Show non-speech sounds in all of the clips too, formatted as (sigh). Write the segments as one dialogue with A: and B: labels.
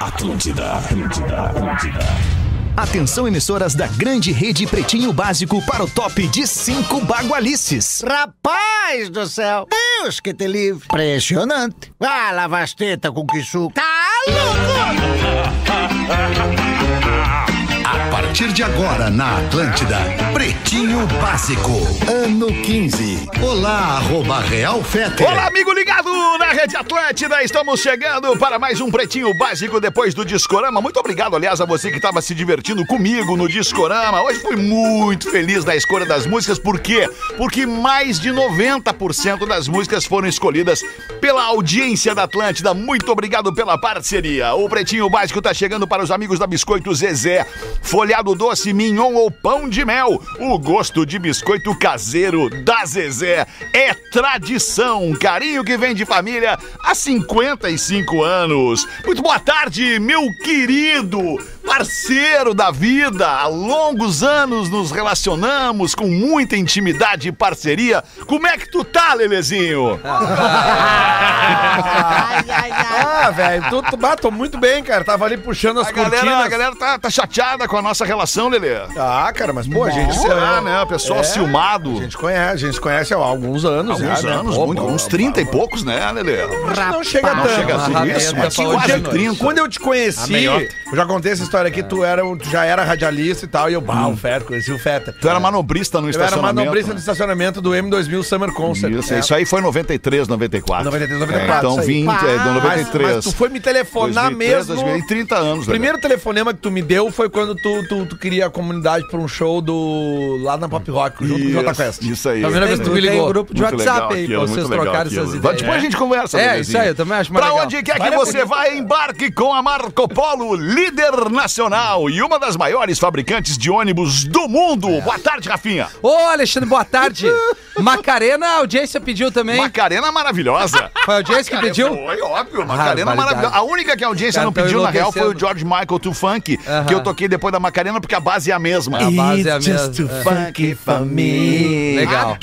A: Atlântida, Atlântida, Atlântida.
B: Atenção, emissoras da grande rede Pretinho Básico para o top de 5 bagualices.
C: Rapaz do céu! Deus que te livre! Impressionante! Ah, lava as tetas com que suco! Tá louco!
D: A partir de agora na Atlântida, Pretinho Básico, ano 15. Olá, arroba Real Feter.
E: Olá, amigo ligado na Rede Atlântida. Estamos chegando para mais um Pretinho Básico depois do Discorama. Muito obrigado, aliás, a você que estava se divertindo comigo no Discorama. Hoje fui muito feliz da escolha das músicas. Por quê? Porque mais de 90% das músicas foram escolhidas pela audiência da Atlântida. Muito obrigado pela parceria. O Pretinho Básico está chegando para os amigos da Biscoito Zezé. Folhado doce, mignon ou pão de mel. O gosto de biscoito caseiro da Zezé é tradição, carinho que vem de família há 55 anos. Muito boa tarde, meu querido parceiro da vida. Há longos anos nos relacionamos com muita intimidade e parceria. Como é que tu tá, Lelezinho?
C: Ai, ai, ai!
F: Ah, velho, tu, tu bato muito bem, cara. Tava ali puxando as
E: A galera, a
F: cortinas.
E: galera tá, tá chateada com a nossa relação, Lelê.
F: Ah, cara, mas pô, a gente.
E: Será, né? O pessoal
F: É.
E: ciumado.
F: A gente conhece, a gente conhece há alguns anos.
E: Alguns
F: já, né?
E: anos,
F: Pô,
E: muito,
F: pô,
E: uns
F: pô,
E: 30 e
F: pô.
E: poucos, né, Lelê?
F: Acho que Não chega
E: Não
F: tanto.
E: chega a
F: Ah,
E: ser isso,
F: é,
E: mas
F: quando
E: quase
F: eu-
E: 30.
F: Quando eu te conheci,
E: meiota.
F: eu já contei essa história aqui, tu, era, um- tu já era radialista e tal, e eu, bah, o Fetter, conheci o Fetter.
E: Hum. Tu era manobrista no
F: Eu era
E: estacionamento.
F: manobrista do
E: né?
F: estacionamento do M2000 Summer Concert.
E: Isso,
F: É.
E: isso aí foi 93, 94.
F: 93, 94, isso
E: então,
F: aí.
E: 20, é, então
F: Mas-
E: 93.
F: Mas, tu foi me telefonar
E: 2003,
F: mesmo.
E: 2000, 30 um, anos,
F: O primeiro telefonema que tu me deu foi quando tu, tu, tu queria a comunidade pra um show do. lá na Pop Rock, junto com o Jota
E: Isso,
F: Quest.
E: isso aí.
F: Foi a primeira vez que tu me
G: Tem
F: ligou.
G: grupo de
E: Muito legal
G: WhatsApp aí, pra
E: aquilo,
G: vocês
E: muito legal
G: trocarem
E: aquilo.
G: essas
E: Mas
G: ideias.
E: Depois a gente conversa,
G: É,
E: Lelezinho.
G: isso aí, eu também acho mais
E: Pra
G: legal.
E: onde quer que você vá, embarque com a Marco Polo, líder nacional e uma das maiores fabricantes de ônibus do mundo.
G: É.
E: Boa tarde, Rafinha.
G: Ô, Alexandre, boa tarde. (laughs) Macarena, a audiência pediu também.
E: Macarena maravilhosa.
G: Foi a
E: Ah,
G: audiência que pediu?
E: Foi, é óbvio. Macarena
G: Barbaridade.
E: maravilhosa. A única que a audiência
G: Cara,
E: não
G: tão
E: pediu, na real, foi
G: enlouquecendo.
E: o George Michael to Funk,
G: Aham.
E: que eu toquei depois da Macarena, porque a base é a mesma.
G: A base é a mesma. É. Legal.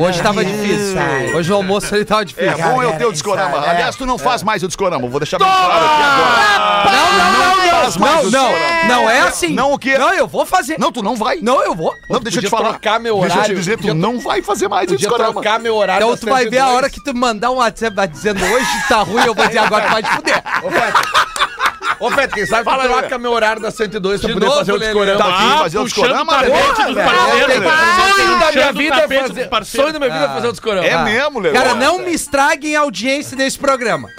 G: Hoje tava difícil. Hoje o almoço ali tava
E: É
G: difícil.
E: bom eu ter o discorama. Aliás, tu não faz mais o discorama. Vou deixar bem claro aqui
G: Não,
E: agora. faz mais
G: não,
E: o
G: não, não, não, não,
E: discorama.
G: não, não é assim.
E: Não, o quê?
G: Não, eu vou fazer.
E: Não, tu não vai.
G: Não, eu vou.
E: Não, deixa eu te
F: Podia
E: falar.
F: trocar meu
E: Deixa eu te
F: horário,
E: dizer, tu
F: podia-
E: não vai fazer mais o
F: Podia
E: discorama.
F: trocar meu horário.
G: Então
F: das
G: tu vai ver a
F: 102.
G: hora que tu me mandar um WhatsApp lá dizendo hoje tá ruim, eu vou dizer agora que vai te
E: (laughs)
G: fuder.
F: Ô, Fetter. Ô, Fetter, quem sabe
E: Fala,
F: tu
E: Lelê.
F: troca meu horário da 102 pra
G: De
F: poder
G: novo,
F: fazer o
G: Lelê.
F: discorama.
E: Tá aqui, fazer o discorama, Lelê. É,
F: Tá.
G: Sonho da minha vida é
F: fazer- sonho da minha vida é fazer o discorama.
E: É mesmo, Lelê.
G: Cara, não me estraguem a audiência desse programa.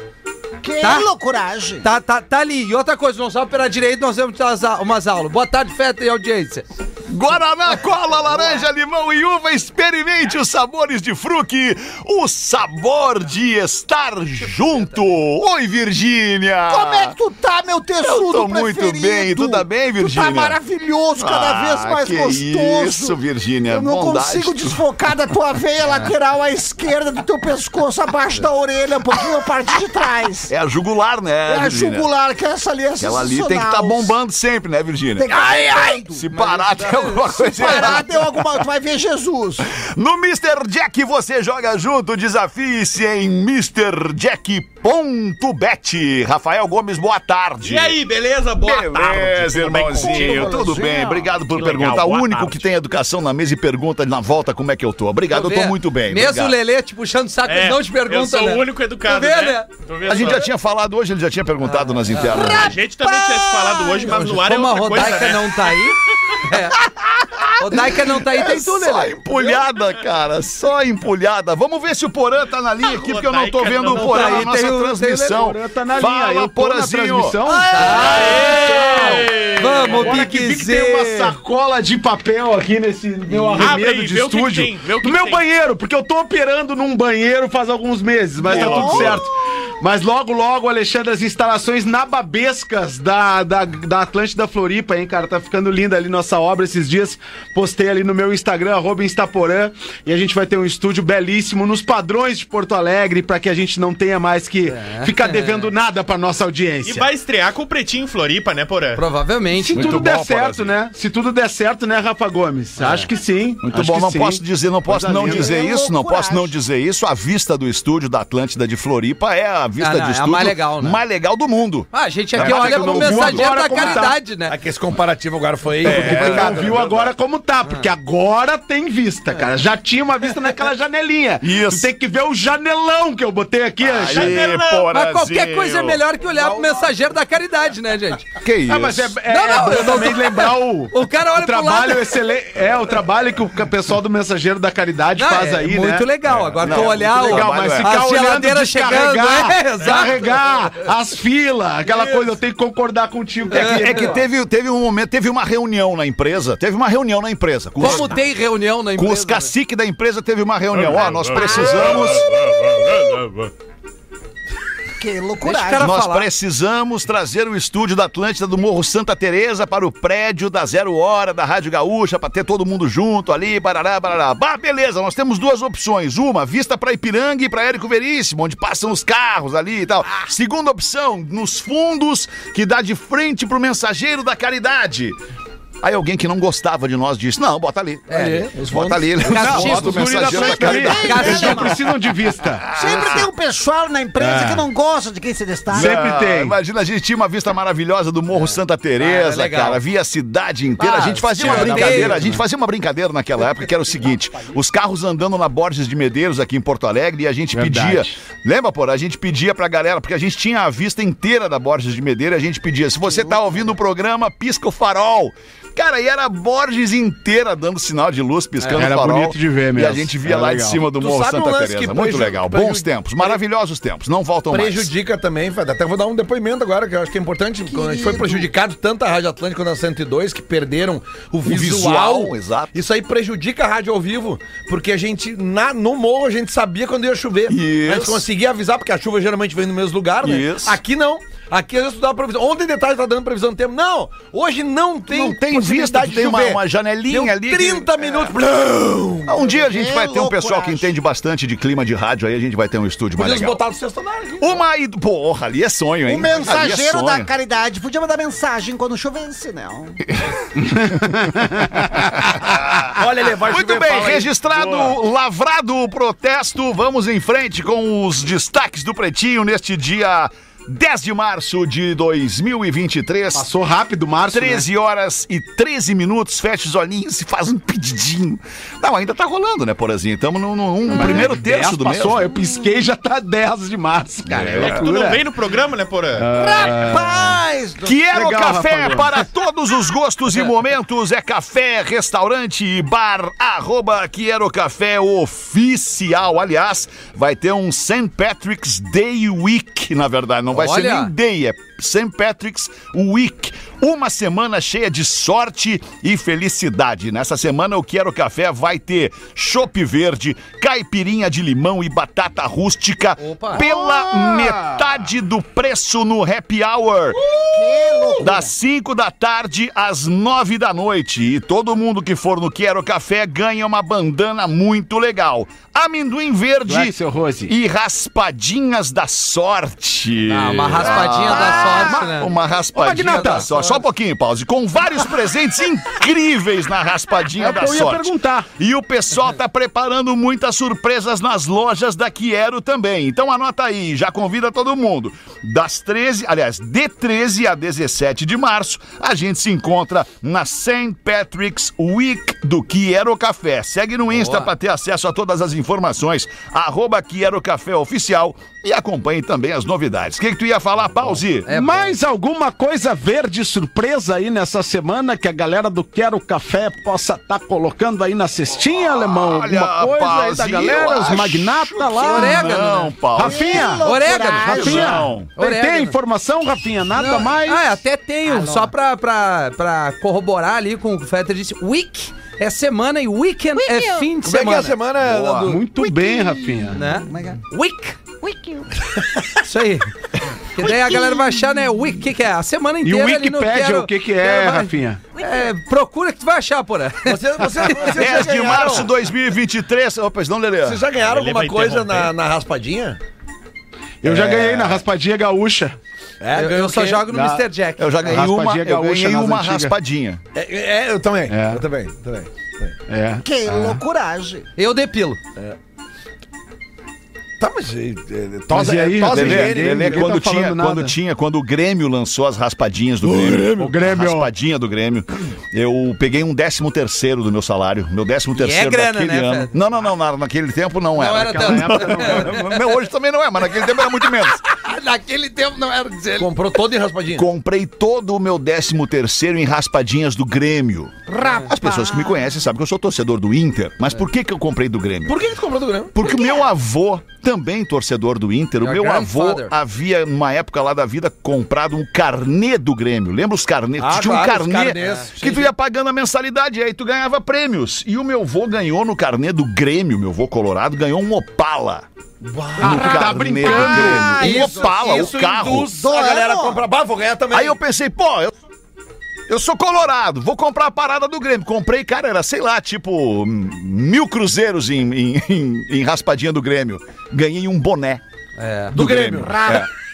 C: Que
G: Tá.
C: loucuragem!
G: Tá, tá, tá ali. E outra coisa, não sabe operar direito, nós vamos ter umas, au- umas aulas. Boa tarde, Feta e audiência.
E: Guaraná, cola, laranja, limão e uva. Experimente os sabores de fruque. O sabor de estar junto. Oi, Virgínia.
C: Como é que tu tá, meu
E: Eu
C: tesudo
E: tô
C: preferido?
E: muito bem. Tu tá bem, Virgínia?
C: Tu tá maravilhoso, cada vez
E: Ah,
C: mais
E: que
C: gostoso.
E: Isso, Virgínia.
C: Eu não
E: bondade
C: consigo
E: tu-
C: desfocar da tua
E: (laughs)
C: veia lateral à esquerda do teu pescoço, abaixo da orelha, um pouquinho a parte de trás.
E: É a jugular, né?
C: É a
E: Virgínia?
C: jugular, que essa ali é
E: Aquela ali tem que estar bombando sempre, né, Virgínia?
C: Tem que tá bombando.
E: Se parar, tem alguma coisa
C: Parar,
E: errada.
C: deu alguma... Tu vai ver Jesus.
E: No Mr. Jack você joga junto, desafie-se em MrJack.bet. Rafael Gomes, boa tarde.
H: E aí, beleza? Boa
E: Beleza,
H: tarde. Tudo bem
E: irmãozinho.
H: contigo?
E: Tudo bem, obrigado por
H: Que
E: perguntar.
H: legal,
E: o
H: boa
E: único
H: tarde.
E: que tem educação na mesa e pergunta na volta como é que eu tô. Obrigado, eu
G: Tu
E: tô
G: vê?
E: muito bem.
G: Mesmo o
E: obrigado.
G: Lelê te puxando o saco,
H: É,
G: ele não te pergunta,
H: Eu sou
G: né?
H: o único educado,
G: Tu vê,
H: né?
G: né?
H: Tu vê
E: A gente
H: só.
E: já tinha falado hoje, ele já tinha perguntado nas internas.
H: A gente também tinha se falado hoje, mas no ar é
G: Como a
H: outra coisa,
G: Rodaica
H: né?
G: não tá aí... É. Rodaica não tá aí, tem tu,
E: Só
G: Lelê.
E: empolhada, cara, só empolhada. Vamos ver se o Porã tá na linha aqui, porque eu não tô
H: Rodaica
E: vendo
H: não
E: o Porã
G: tá
E: na
G: aí,
E: nossa
G: tem o- tem o
E: transmissão.
G: Porã
E: tá na Fala, linha. Porãzinho.
G: Vamos,
H: Bora que
G: Pique
H: Pique tem
G: Z.
I: sacola de papel aqui nesse meu
H: Abre
I: arremedo
H: aí,
I: de
H: vê o que que
I: estúdio.
H: tem, vê o que que
I: no meu
H: tem.
I: banheiro, porque eu tô operando num banheiro faz alguns meses, mas tá tudo certo. Mas logo, logo, Alexandre, as instalações nababescas da, da, da Atlântida Floripa, hein, cara? Tá ficando linda ali nossa obra esses dias. Postei ali no meu Instagram, arroba Instaporã. E a gente vai ter um estúdio belíssimo nos padrões de Porto Alegre, pra que a gente não tenha mais que
E: É.
I: ficar devendo nada pra nossa
H: E
I: audiência.
H: vai estrear com o Pretinho em Floripa, né, Porã?
G: Provavelmente.
I: Se
E: bom,
I: tudo der certo,
E: Porazinho. É.
I: né? Se tudo der certo, né, Rafa Gomes? Acho que sim.
E: Muito bom, não posso dizer, não posso
I: Coisa
E: não
I: linda.
E: dizer
C: É
E: isso, não posso
C: loucuragem.
E: não dizer isso. A vista do estúdio da Atlântida de Floripa é a à vista
G: Ah, não,
E: de
G: é a
E: estudo.
G: mais legal, né?
E: Mais legal do mundo.
G: Ah, a gente aqui
E: Mas é que
G: olha
E: eu não
G: pro
E: vi
G: mensageiro
I: agora
G: da
I: como tá.
G: caridade, né?
F: É que esse comparativo agora foi
G: É.
I: Porque tu
E: é.
F: complicado,
I: não
F: né?
I: viu agora como tá, porque agora tem vista, cara. Já tinha uma vista naquela janelinha.
E: Isso.
I: Tu tem que ver o janelão que eu botei aqui.
E: Aí,
I: Jane-
E: Porazinho.
G: Mas qualquer coisa é melhor que olhar pro mensageiro da caridade, né, gente?
E: Que isso?
I: Ah, mas é, é,
G: Não, não,
I: é bom
G: eu não
I: também
G: tô-
I: lembrar o,
G: O cara olha pro
I: trabalho
G: lado.
I: excelente. É, o trabalho que o ca- pessoal do Mensageiro da Caridade
G: Não,
I: faz
G: é
I: aí, né?
G: muito legal. Agora tu olhar
E: muito
I: Legal,
G: o-
I: mas
E: é.
I: ficar
G: a
I: olhando,
G: geladeira chegando,
I: descarregar,
G: é, exato.
I: carregar as filas, aquela coisa, eu tenho que concordar contigo. que
E: É que- é que teve, teve um momento, teve uma reunião na empresa, teve uma reunião na empresa. Com os,
G: Como tem reunião na
E: com
G: empresa.
E: os
H: né?
E: caciques da empresa teve uma reunião. Ó, nós precisamos.
I: Ah,
C: Que
G: Deixa o
C: loucura.
G: cara
E: Nós
G: falar.
E: precisamos trazer o estúdio da Atlântida do Morro Santa Teresa para o prédio da Zero Hora, da Rádio Gaúcha, para ter todo mundo junto ali, barará, barará. Bah, beleza, nós temos duas opções. Uma, vista para Ipiranga e para Érico Veríssimo, onde passam os carros ali e tal. Segunda opção, nos fundos, que dá de frente para o Mensageiro da Caridade. Aí alguém que não gostava de nós disse, não, bota ali. É, bota ali. Não,
G: Castigo.
E: bota o
I: Os guri da
E: Mensageiro da
I: frente ali,
E: Caridade.
I: eles não precisam de vista.
C: Sempre tem um pessoal na empresa que não gosta de quem se destaca.
I: Sempre
E: Ah,
I: tem. É.
E: Imagina, a gente tinha uma vista maravilhosa do Morro Santa
G: Ah, era
E: Teresa,
G: legal.
E: cara. Via a cidade inteira.
G: Ah,
E: a gente fazia uma
G: tinha
E: brincadeira, a
G: Medeiros,
E: gente fazia uma brincadeira naquela época que era o seguinte: os carros andando na Borges de Medeiros aqui em Porto Alegre e a gente
I: Verdade.
E: pedia. Lembra, porra? A gente pedia pra galera, porque a gente tinha a vista inteira da Borges de Medeiros, e a gente pedia: se você tá ouvindo o programa, pisca o farol. Cara, e era a Borges inteira dando sinal de luz, piscando
I: Era
E: o farol.
I: bonito de ver
E: E a
I: mesmo.
E: gente via
I: Era
E: lá
I: legal.
E: de cima do
F: Tu
E: Morro
F: sabe um
E: Santa
F: lance que
E: Teresa. Muito
F: preju-
E: legal.
F: preju-
E: Bons tempos, maravilhosos tempos. Não voltam mais.
F: Prejudica também, vai. Até vou dar um depoimento agora, que eu acho que é importante. Quando a gente foi prejudicado tanto a Rádio Atlântica quanto a 102, que perderam o, visual.
E: visual, exato.
F: Isso aí prejudica a rádio ao vivo, porque a gente, na, no morro, a gente sabia quando ia chover.
E: Isso.
F: A gente conseguia avisar, porque a chuva geralmente vem no mesmo lugar, né?
E: Isso.
F: Aqui não. Aqui às vezes tu dá uma previsão. Ontem de tarde tá dando previsão do tempo. Não! Hoje não tem.
E: Não tem
F: possibilidade
E: vista, tu
F: de
E: tem uma-
F: chover.
E: uma janelinha
F: Deu
E: ali que-
F: 30 minutos. Blum!
E: Ah, Um dia a gente
C: É
E: vai ter um
C: loucura,
E: pessoal que
C: acho.
E: entende bastante de clima de rádio, aí a gente vai ter um estúdio mais
F: Podíamos
E: legal.
F: botar no sextonário. aqui.
E: Uma e... Porra, ali é sonho, hein?
C: O
E: Ali é
C: mensageiro
E: sonho.
C: da
J: (laughs)
C: caridade podia mandar mensagem quando chovesse, não?
F: Olha, ele vai
E: Muito
F: chover,
E: bem,
F: fala aí.
E: registrado, lavrado o protesto, vamos em frente com os destaques do Pretinho neste dia 10 de março de 2023.
I: Passou rápido, Márcio. né?
E: 13 horas e 13 minutos, fecha os olhinhos e faz um pedidinho. Não, ainda tá rolando, né, Porazinho? Estamos no, no- no primeiro terço
I: 10
E: do mês.
I: é, passou, eu pisquei já tá 10 de março, cara.
H: É que tu não vem no programa, né,
J: Ah,
H: Porã?
C: Rapaz! do-
E: Quero
I: Legal,
E: é Café
I: Rafa Gomes.
E: para todos os gostos e momentos. É café, restaurante e bar. Arroba Quero Café Oficial. Aliás, vai ter um St. Patrick's Day Week, na verdade. Não vai ser
G: Olha.
E: nem Day, é St. Patrick's Week. Uma semana cheia de sorte e felicidade. Nessa semana, o Quero Café vai ter chopp verde, caipirinha de limão e batata rústica
G: Opa.
E: pela metade do preço no Happy Hour. Das 5 da tarde às 9 da noite. E todo mundo que for no Quero Café ganha uma bandana muito legal. Amendoim verde
I: Do Axel Rose.
E: e raspadinhas da sorte. Ah,
G: Ah, uma raspadinha da sorte, né?
E: Uma raspadinha
G: Magnata.
E: da sorte. Só um pouquinho, pause. Com vários
I: (laughs)
E: presentes incríveis na raspadinha
I: É o que
E: da
I: eu ia
E: sorte.
I: perguntar.
E: E o pessoal tá preparando muitas surpresas nas lojas da Quiero também. Então anota aí, já convida todo mundo. Das 13, aliás, de 13 a 17 de março, a gente se encontra na St. Patrick's Week do Quiero Café. Segue no Insta para ter acesso a todas as informações. Arroba Quiero Café Oficial e acompanhe também as novidades. O que, que tu ia falar, Pause?
G: É
I: Mais alguma coisa verde surpresa aí nessa semana que a galera do Quero Café possa estar colocando aí na cestinha, alemão? Alguma
E: Olha,
I: coisa aí
E: Pause,
I: da
E: eu
I: galera, os
E: acho
I: magnata lá.
G: que- Orégano,
E: Não,
G: Tá né?
E: Pause.
I: Rafinha,
G: Orégano.
I: Rafinha,
E: Não.
I: tem, tem
G: Orégano.
I: informação, Rafinha? Nada
G: Não,
I: mais.
G: Ah, até tenho, só pra, pra, pra corroborar ali com o que o Fetter disse. Week é semana e weekend é fim de
F: Como é que é
G: semana.
F: a semana
E: Boa,
F: do...
I: Muito bem, Rafinha.
G: Né? Week. (laughs) Isso aí. E daí a galera vai achar, né? Week, o que, que é? A semana
I: E
G: inteira
I: o
G: ali no
I: Wikipedia,
G: Quero-
I: o que que
G: Quero
I: é,
G: vai-
I: Rafinha?
G: É, procura que tu vai achar, porra.
F: Você, você, você
E: 10 de março de 2023. Opa, não, Lelê.
F: Vocês já ganharam
H: Ele
F: alguma
H: vai
F: coisa
H: interromper.
F: na, na raspadinha?
I: Eu já ganhei na raspadinha gaúcha.
F: É,
G: Eu, eu só jogo no
I: Não.
G: Mr. Jack.
E: Eu já ganhei
I: Raspadinha
E: uma, eu
I: gaúcha
E: ganhei
I: nas
E: uma
I: antigas.
E: raspadinha.
F: É, é, eu também.
I: É.
F: Eu também, também.
I: É.
G: (laughs)
C: Que loucuragem.
G: Eu depilo.
F: Tá, mas. é, é,
I: Mas
F: Tosa,
I: e aí,
F: é, tosa
I: Lelê?
F: engenheiro.
E: Lelê, Lelê,
I: ninguém
E: quando,
I: tá
E: tinha,
I: falando nada.
E: quando tinha, quando o Grêmio lançou as raspadinhas do Grêmio,
I: O Grêmio.
E: raspadinha do Grêmio, eu peguei um 13 terceiro do meu salário, meu 13 terceiro
G: é grana,
E: daquele
G: né,
E: ano.
G: Fred?
E: Não, não, não, na- naquele tempo não era.
G: era
E: Naquela
G: tanto.
E: época não era. Não, hoje também não é, mas naquele tempo era muito menos.
G: Naquele tempo não era dizer.
F: Comprou todo em raspadinha.
E: Comprei todo o meu 13 terceiro em raspadinhas do Grêmio. As pessoas que me conhecem sabem que eu sou torcedor do Inter, mas por que que eu comprei do Grêmio?
F: Por que, que tu comprou do Grêmio?
E: Porque o meu avô, também torcedor do Inter, o
G: Your
E: meu avô
G: grandfather.
E: havia, numa época lá da vida, comprado um carnê do Grêmio. Lembra os carnês?
F: Ah,
E: Tu tinha
F: claro, os
E: um carnê
F: carnês.
E: que tu ia pagando a mensalidade, e aí tu ganhava prêmios. E o meu avô ganhou no carnê do Grêmio, meu avô colorado, ganhou um Opala. No
H: tá
E: carnê do
H: brincando.
G: Ah,
E: Grêmio. Um
F: Ah, Isso-
E: Opala,
F: isso
E: o carro.
F: induz a galera a comprar. Bah, vou ganhar também.
E: Aí eu pensei, pô, eu, eu sou colorado, vou comprar a parada do Grêmio. Comprei, cara, era, sei lá, tipo, hum, mil cruzeiros em, em- em- em raspadinha do Grêmio. Ganhei um boné.
G: É.
E: Do,
F: Grêmio.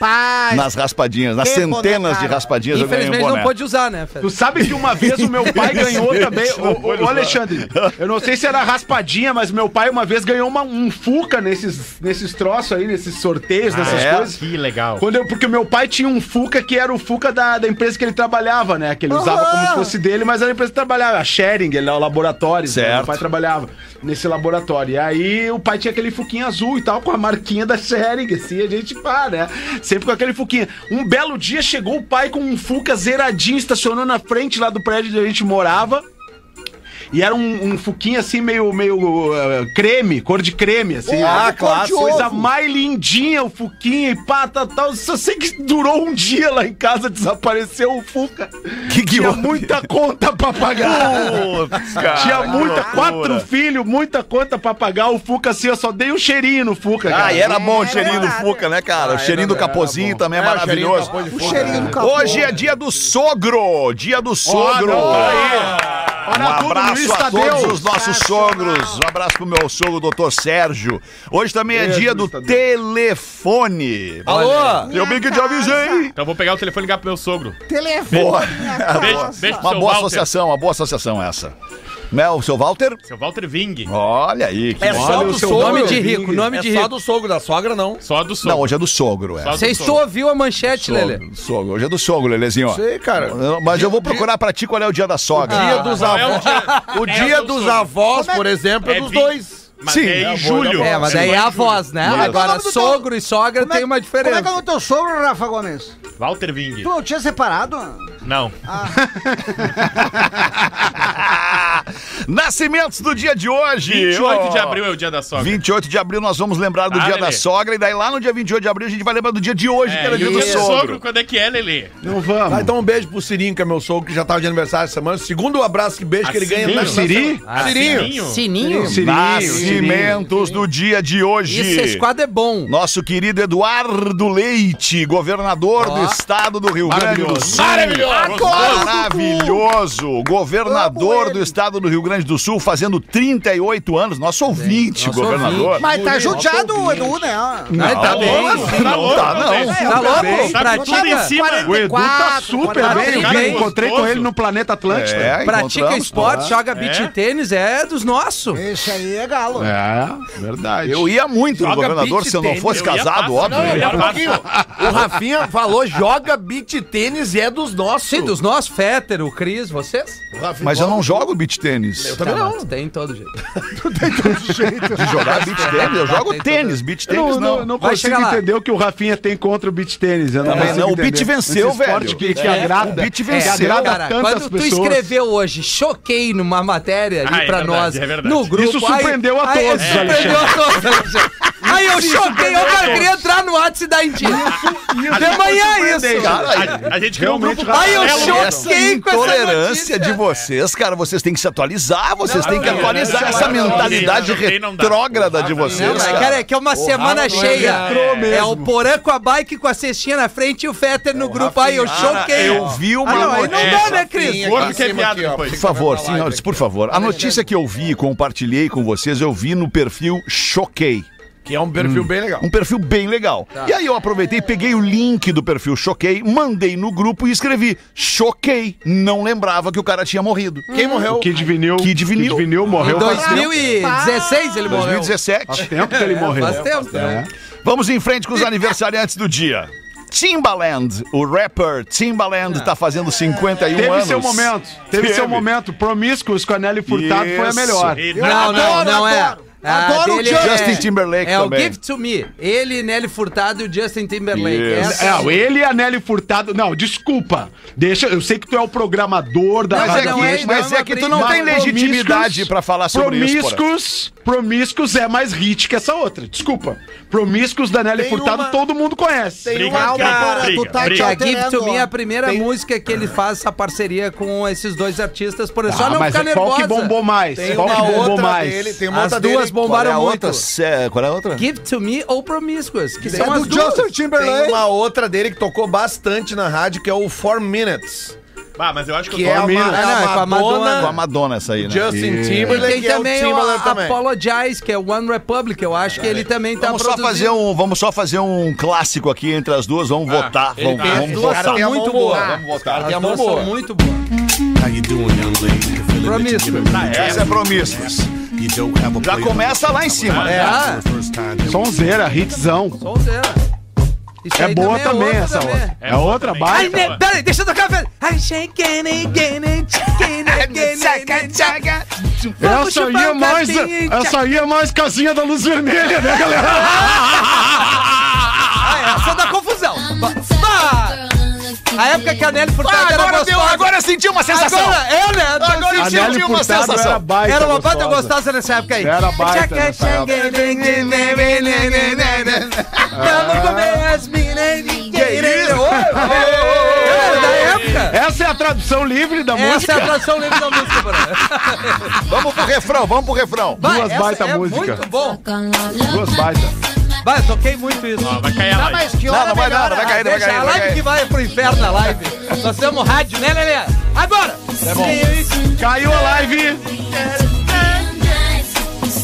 C: Rapaz,
E: Nas raspadinhas, nas
C: Que boné,
E: centenas de
C: cara.
E: raspadinhas eu ganhei um
G: É. Infelizmente
E: boné.
G: não pôde usar, né, Fred?
I: Tu sabe que uma vez o meu pai ganhou também. O, o- o Alexandre, eu não sei se era raspadinha, mas meu pai uma vez ganhou uma- um Fuca nesses, nesses troços aí, nesses
H: Ah,
I: sorteios, nessas
E: é?
I: coisas.
H: Que legal.
I: Quando eu- porque meu pai tinha um Fuca que era o Fuca da, da empresa que ele trabalhava, né? Que ele usava como se fosse dele, mas era a empresa que trabalhava, a Sharing, ele era o laboratório. né?
E: Certo.
I: Meu pai trabalhava nesse laboratório. E aí o pai tinha aquele Fuquinha azul e tal, com a marquinha da Sharing, assim, a gente pá, né? Sempre com aquele Fuquinha. Um belo dia chegou o pai com um Fuca zeradinho, estacionou na frente lá do prédio onde a gente morava. E era um, um fuquinho assim, meio, meio eh, creme, cor de creme, assim.
F: Ah,
I: Era
F: clássico.
I: Coisa mais lindinha, o fuquinho e pá, tal, tal. Só sei que durou um dia lá em casa, desapareceu o fuca.
E: Que que
I: Tinha
E: houve?
I: muita conta pra pagar.
E: Putz, cara,
I: Tinha
E: que
I: muita,
E: loucura.
I: quatro filhos, muita conta pra pagar. O Fuca, assim, eu só dei um cheirinho no Fuca, cara.
E: Ah, e era bom o
C: É
E: cheirinho do
C: verdade.
E: Fuca, né, cara? o cheirinho do capozinho também é,
F: É, o cheirinho do
E: maravilhoso.
F: capô de
C: o
F: fogo.
C: cheirinho do capô.
E: Hoje é dia do sogro, dia do sogro. Um
I: Olha tudo, Luiz
E: abraço a
I: Tadeu.
E: todos os nossos sogros. Um abraço pro meu sogro, doutor Sérgio. Hoje também é dia do telefone.
G: Alô?
E: Eu bem que te avisei.
H: Então eu vou pegar o telefone e ligar pro meu sogro.
C: telefone. é
E: Boa.
C: minha
H: Beijo,
C: casa.
H: beijo pro
E: Uma
H: seu
E: boa
H: Walter.
E: associação, uma boa associação essa. Né, o seu Walter?
H: Seu é Walter Ving.
E: Olha aí. Que
F: É
E: bom.
F: só
I: Olha
F: do
I: o seu
F: sogro.
G: Nome de rico, nome de
F: É só
G: rico.
F: do sogro, da sogra não.
H: Só do sogro.
E: Não, hoje é do sogro, é.
H: Só do
G: Vocês
H: sogro.
G: só ouviu a manchete, Lelê?
E: Sogro, sogro. Hoje é do sogro, Lelezinho. ó.
F: Sei, cara.
E: Mas eu vou procurar pra ti qual é o dia da sogra.
F: Dia Ah, dos
H: Qual é o
F: avós.
H: dia?
F: O
H: É
F: dia
H: do
F: dos
H: sogro.
F: avós, por exemplo, é
H: É
F: dos
H: vinte-
F: dois.
H: Mas
E: Sim.
H: é
E: É,
H: em julho.
G: É, mas daí é a voz, né?
E: Como é que é o
G: Agora,
C: nome do
G: sogro e sogra
C: Como é-
G: tem uma diferença.
C: Como é que é o teu sogro, Rafa Gomes?
H: Walter
C: Tu
H: Ving.
C: não tinha separado?
H: Não.
E: (laughs) Nascimentos do dia de hoje.
H: 28 de
E: ó.
H: abril é o dia da sogra.
E: 28 de abril nós vamos lembrar do
H: Ah,
E: dia
H: Lelê.
E: da sogra e daí lá no dia 28 de abril a gente vai lembrar do dia de hoje, que
H: É,
E: era
H: e
E: dia
H: o
E: do
H: dia do
E: sogro.
H: sogro, quando é que é, Lelê?
I: Não vamos.
F: Tá, então um beijo pro Sirinho, que é meu sogro, que já tava de aniversário essa semana. Segundo abraço que beijo que ele ganha.
H: Sirinho?
F: na-
I: Siri?
F: Ah, Sirinho.
G: Sininho?
E: Nascimentos do dia de hoje.
G: Isso, esse quadro é bom.
E: Nosso querido Eduardo Leite, governador do estado do Rio Grande do Sul. Maravilhoso! Governador do estado do Rio Grande do Sul, fazendo 38 anos. Nosso ouvinte,
G: nosso
E: governador.
G: ouvinte.
C: Mas tá judiado o Edu, né?
G: Não, ele tá bem.
H: assim,
E: Não, tá, não.
G: Tá louco?
H: Tá
G: Pratica.
H: tudo em cima.
I: O Edu tá super
G: quarenta e
I: bem,
G: quatro.
I: viu? Encontrei com
H: Gostoso.
I: ele no Planeta Atlântida.
E: É,
G: Pratica
E: encontramos,
G: esporte,
E: tá.
G: joga beat
H: É.
G: tênis, é dos nossos.
C: Esse aí é galo.
I: É, verdade.
E: Eu ia muito no
F: Joga
E: governador
F: beach
E: se eu não
F: tênis.
E: fosse
H: Eu ia
E: casado,
H: fácil.
E: óbvio.
H: Não, eu ia
F: Um pouquinho. O Rafinha falou, joga beat tênis e é dos nossos.
G: Sim, dos nossos, Féter, o Cris, vocês?
E: Mas eu não jogo beach tênis.
F: Eu também
G: Tá,
F: não.
G: mas Tem todo jeito.
E: De jogar beach tênis, eu jogo
G: Tem toda-
E: tênis, beach
I: Eu
E: tênis
I: não, não,
E: não.
I: não
G: Vai
I: consigo
G: chegar lá.
I: entender o que o Rafinha tem contra o beach tênis. Eu não,
E: Também
I: consigo
E: não. O
I: entender.
E: beat venceu,
I: Esse esporte
E: velho.
I: Que, que
E: É.
I: agrada.
E: O beat
I: que
E: venceu.
I: agrada
G: cara,
I: tantas
G: quando
I: pessoas.
G: tu escreveu hoje, choquei numa matéria ali
H: Ah, é
G: pra
H: verdade,
G: nós,
H: é verdade.
G: no grupo.
I: Isso
G: aí-
I: surpreendeu a
G: aí-
I: todos,
G: surpreendeu a todos, Alexandre. Aí eu choquei, eu cara, queria entrar no WhatsApp e dar em dia.
I: (laughs)
G: De manhã isso.
H: A, a gente criou um
I: Realmente,
H: grupo
G: Aí eu
H: paralelo.
G: choquei
E: Essa
G: com essa
E: intolerância
G: notícia.
E: de vocês, cara, vocês têm que se atualizar, vocês têm que
H: não,
E: atualizar
H: não,
E: essa
H: não, não,
E: mentalidade
H: não, não, não dá.
E: retrógrada de
G: Não,
E: vocês,
G: mas,
E: cara.
G: cara, é que é uma semana cheia. É, o Porã com a bike, com a cestinha na frente e o Fetter no grupo. Aí eu choquei.
E: Eu vi
G: Ah, não,
E: uma
G: aí não
E: notícia.
G: dá, né, Cris?
H: Gordo que é viado depois.
E: Por favor, senhores, por favor. A notícia que eu vi e compartilhei com vocês, eu vi no perfil Choquei.
F: Que é um perfil bem legal.
E: Um perfil bem legal. E aí eu aproveitei, peguei o link do perfil Choquei, mandei no grupo e escrevi Choquei. Não lembrava que o cara tinha morrido.
F: Quem morreu?
I: O Kid Vinil.
E: Kid Vinil.
I: morreu. faz tempo.
G: 2016 ele morreu.
E: 2017.
I: Faz tempo que
E: É,
I: ele morreu.
G: Faz tempo. né?
E: Vamos em frente com os aniversariantes do dia. Timbaland, o rapper Timbaland tá fazendo 51
I: Teve
E: anos.
I: seu momento. Teve, seu momento. Promíscuos com a Nelly Furtado foi a
E: Isso.
I: melhor.
H: E
G: Não,
H: nada-
G: não, não é. A
E: Adoro o
G: dele
E: Justin.
G: é-
E: Justin Timberlake
G: É
E: também.
G: o Give to Me. Ele, Nelly Furtado e o Justin Timberlake.
E: Yes.
G: Essa- é
I: Não, É, ele e a Nelly Furtado. Não, desculpa. Deixa, eu sei que tu é o programador da
E: Mas
G: Mas
E: é
G: não
E: que,
G: é-
E: mas
G: não é
E: é que tu não
G: uma
E: tem
I: Mas
E: legitimidade
I: promíscuos-
E: pra falar sobre isso. Porã.
I: promíscuos, Promíscuos é mais hit que essa outra. Desculpa. Promíscuos da Nelly
F: Tem
I: Furtado
F: uma-
I: todo mundo conhece.
F: Tem
H: Briga,
F: uma-
H: briga,
F: Agora,
H: briga,
F: tu tá
G: Que
H: briga.
G: a Give to Me é a primeira
F: Tem-
G: música que ele faz essa parceria com esses dois artistas, por
I: Ah,
G: só não
I: mas
G: ficar nervosa.
I: qual que bombou mais?
F: Tem
I: qual
F: uma
I: que bombou
F: outra
I: mais?
F: dele, tem uma
G: As
F: outra
G: duas
F: dele.
E: Qual é
G: bombaram
E: a
G: muito.
E: outra? sé- Qual é a outra?
G: Give to Me ou Promiscuous, que
F: É
G: são as
F: do
G: duas.
F: Justin Timberlake. Tem uma outra dele que tocou bastante na rádio, que é o Four Minutes.
H: Ah, mas eu acho que,
F: Que
H: eu tô
F: é, uma, é
I: Minutes.
G: Ah, não, é
F: uma
G: com a Madonna.
E: Com a Madonna essa aí, né?
F: Justin
G: E tem
F: Timberlake e é o
G: também o
F: Timberlake também.
G: Apologize, que é One Republic, eu acho que ele também tá
E: Vamos só,
G: produzindo.
E: fazer um, vamos só fazer um clássico aqui entre as duas, vamos votar. Vamos,
H: tem
E: vamos
F: as duas,
E: votar.
F: Ah, tem a mão
G: muito
F: boa.
G: boa.
E: Vamos votar.
G: As
F: Tem a mão
G: duas são
F: é boa.
G: muito boas. Promiscuous.
E: Essa é promíscuos. Já começa lá em cima. né?
G: Ah,
I: Sonzeira, um é hitzão.
G: sonzeira. Isso
I: É
G: aí
I: boa
G: é
I: também,
G: outra
I: essa
G: também.
I: outra. É outra
G: Ai,
I: baita.
G: ne- peraí, deixa eu tocar, peraí. Ai, shaking it, again it, shaking it, again it, again it.
I: Eu
G: Vamos
I: só
G: chupar
I: ia
G: um
I: é mais.
G: cafezinho,
I: Eu só ia mais casinha da luz vermelha, né, galera?
G: Ah, essa dá confusão. Bah! A época que a Nelly Furtado
F: Ah,
G: era
E: Agora, deu,
G: gostosa.
E: agora senti uma sensação.
G: Agora, é, né? Tô
E: Agora
G: sentindo.
I: A
E: Tinha
I: Nelly
E: uma
I: Furtado
E: sensação.
I: era baita.
G: Era uma baita
I: gostosa.
G: gostosa nessa época aí.
I: Era baita nessa época.
G: Vamos comer as meninas. Que isso? Da época.
I: Essa é a tradução livre da
G: Essa é a
I: música.
G: atração livre da música, Bruno.
E: Vamos pro refrão, vamos pro refrão.
G: Vai,
I: Duas
G: essa
I: baita
G: é
I: música.
G: Muito bom.
I: Duas baitas.
G: Vai, eu toquei muito isso.
H: Ó, vai cair a live.
C: que
E: Não, não vai
C: melhor?
E: dar, não vai cair, não vai
G: Deixa
E: cair.
G: a
E: não vai
G: live
E: cair.
G: que vai pro inferno a live. Nós temos rádio, né, Lelê? Agora!
I: Caiu a live.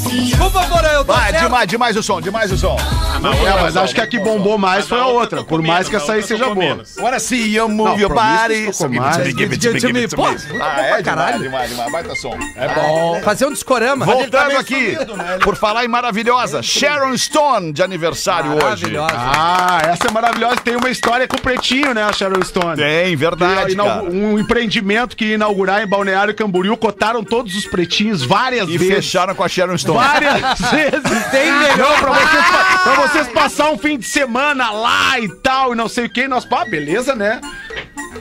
G: Desculpa, Porã, eu tô
E: Vai,
G: certo.
E: demais, demais o som, demais o som.
I: É, mas acho que a que bombou mais foi a outra. Por mais que essa aí seja boa.
E: Agora sim, eu move
I: Não,
E: your body.
I: Promiscuous tocou mais.
E: Give it to me, give it to me, give it to me. Ah, é demais, demais, demais. Baita som. É tá
G: Fazer um descorama.
E: Voltando aqui, por falar em maravilhosa, Sharon Stone de aniversário hoje.
G: Maravilhosa.
I: Ah, essa é maravilhosa. Tem uma história com o Pretinho, né, a Sharon Stone?
E: Tem,
I: Que
E: verdade,
I: inaugu-
E: cara.
I: Um empreendimento que ia inaugurar em Balneário Camboriú, cotaram todos os pretinhos várias
E: E
I: vezes.
E: fecharam com a Sharon Stone.
I: Várias (laughs) vezes. Tem melhor pra vocês, pa- pra vocês passar um fim de semana lá e tal, e não sei o que. Nós, pá, beleza, né?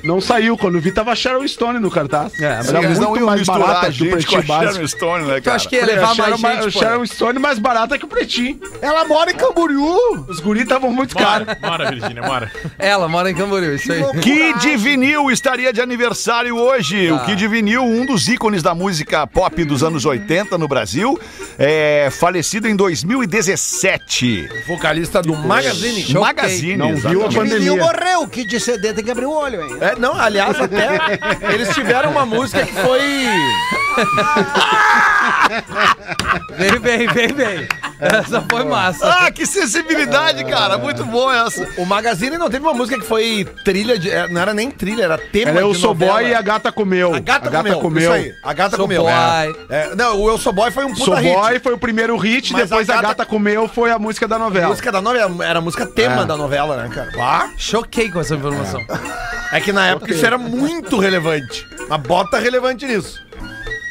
I: Não saiu. Quando vi, tava Sharon Stone no cartaz. É,
E: Eles não iam misturar a
I: que o
E: gente com a
I: pretinho básico.
E: Sharon Stone, né,
G: Tu
E: cara?
G: acha que ia levar mais
I: Sharon-
G: gente, Porã?
I: Sharon Stone é mais barata que o pretinho.
F: Ela mora em Camboriú.
I: Os guris estavam muito caros.
H: Bora, bora, Virgínia, bora.
G: Ela mora em Camboriú, isso aí.
E: é Kid Vinil estaria de aniversário hoje. O Kid Vinil, um dos ícones da música pop dos anos 80 no Brasil, é falecido em 2017.
F: Vocalista do Magazine.
G: Choquei.
E: Magazine,
I: Não viu a
E: exatamente.
C: Menino
I: pandemia.
C: morreu, que de CD tem que abrir o olho, hein?
F: É, não, aliás, até eles tiveram uma música que foi.
G: Vem, vem, vem, vem. Essa foi massa.
E: Ah, que sensibilidade, cara. Muito bom essa.
F: O Magazine não teve uma música que foi trilha de. é, Não era nem trilha, era tema
I: Era
F: de
I: eu sou
F: novela.
I: boy é e a gata comeu.
F: A gata, comeu. Isso aí. A gata
G: Sou
F: comeu.
G: boy.
F: É. É, não, o Eu Sou Boy foi um puta
I: Sou
F: hit.
I: boy foi o primeiro hit,
F: Mas
I: depois
F: a
I: a
F: gata-
I: gata... comeu foi a música da
F: A
I: novela.
F: música da novela era a música tema da novela, né, cara? Bah.
G: Choquei com essa informação.
F: É que na época isso era muito relevante. Mas bota relevante nisso.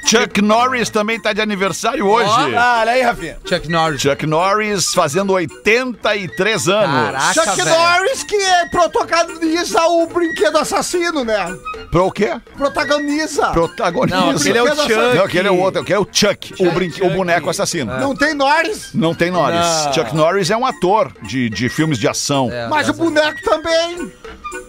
E: Chuck Norris também tá de aniversário hoje.
F: Ah, olha aí, Rafinha.
G: Chuck Norris.
E: Chuck Norris fazendo 83 anos.
G: Caraca,
C: Chuck
G: velho.
C: Norris que é protagoniza o brinquedo
J: Tá
C: assassino, né?
E: Pra o quê?
C: Protagoniza.
E: Protagonista.
G: Não, aquele
F: é o Chuck.
E: Não, aquele é o outro. Aquele é o Chuck, o, brinque, o boneco assassino.
J: É.
E: Não,
C: Não tem Norris,
E: não tem Norris.
G: Não.
E: Chuck Norris é um ator de, de filmes de ação.
G: É,
C: mas o boneco também.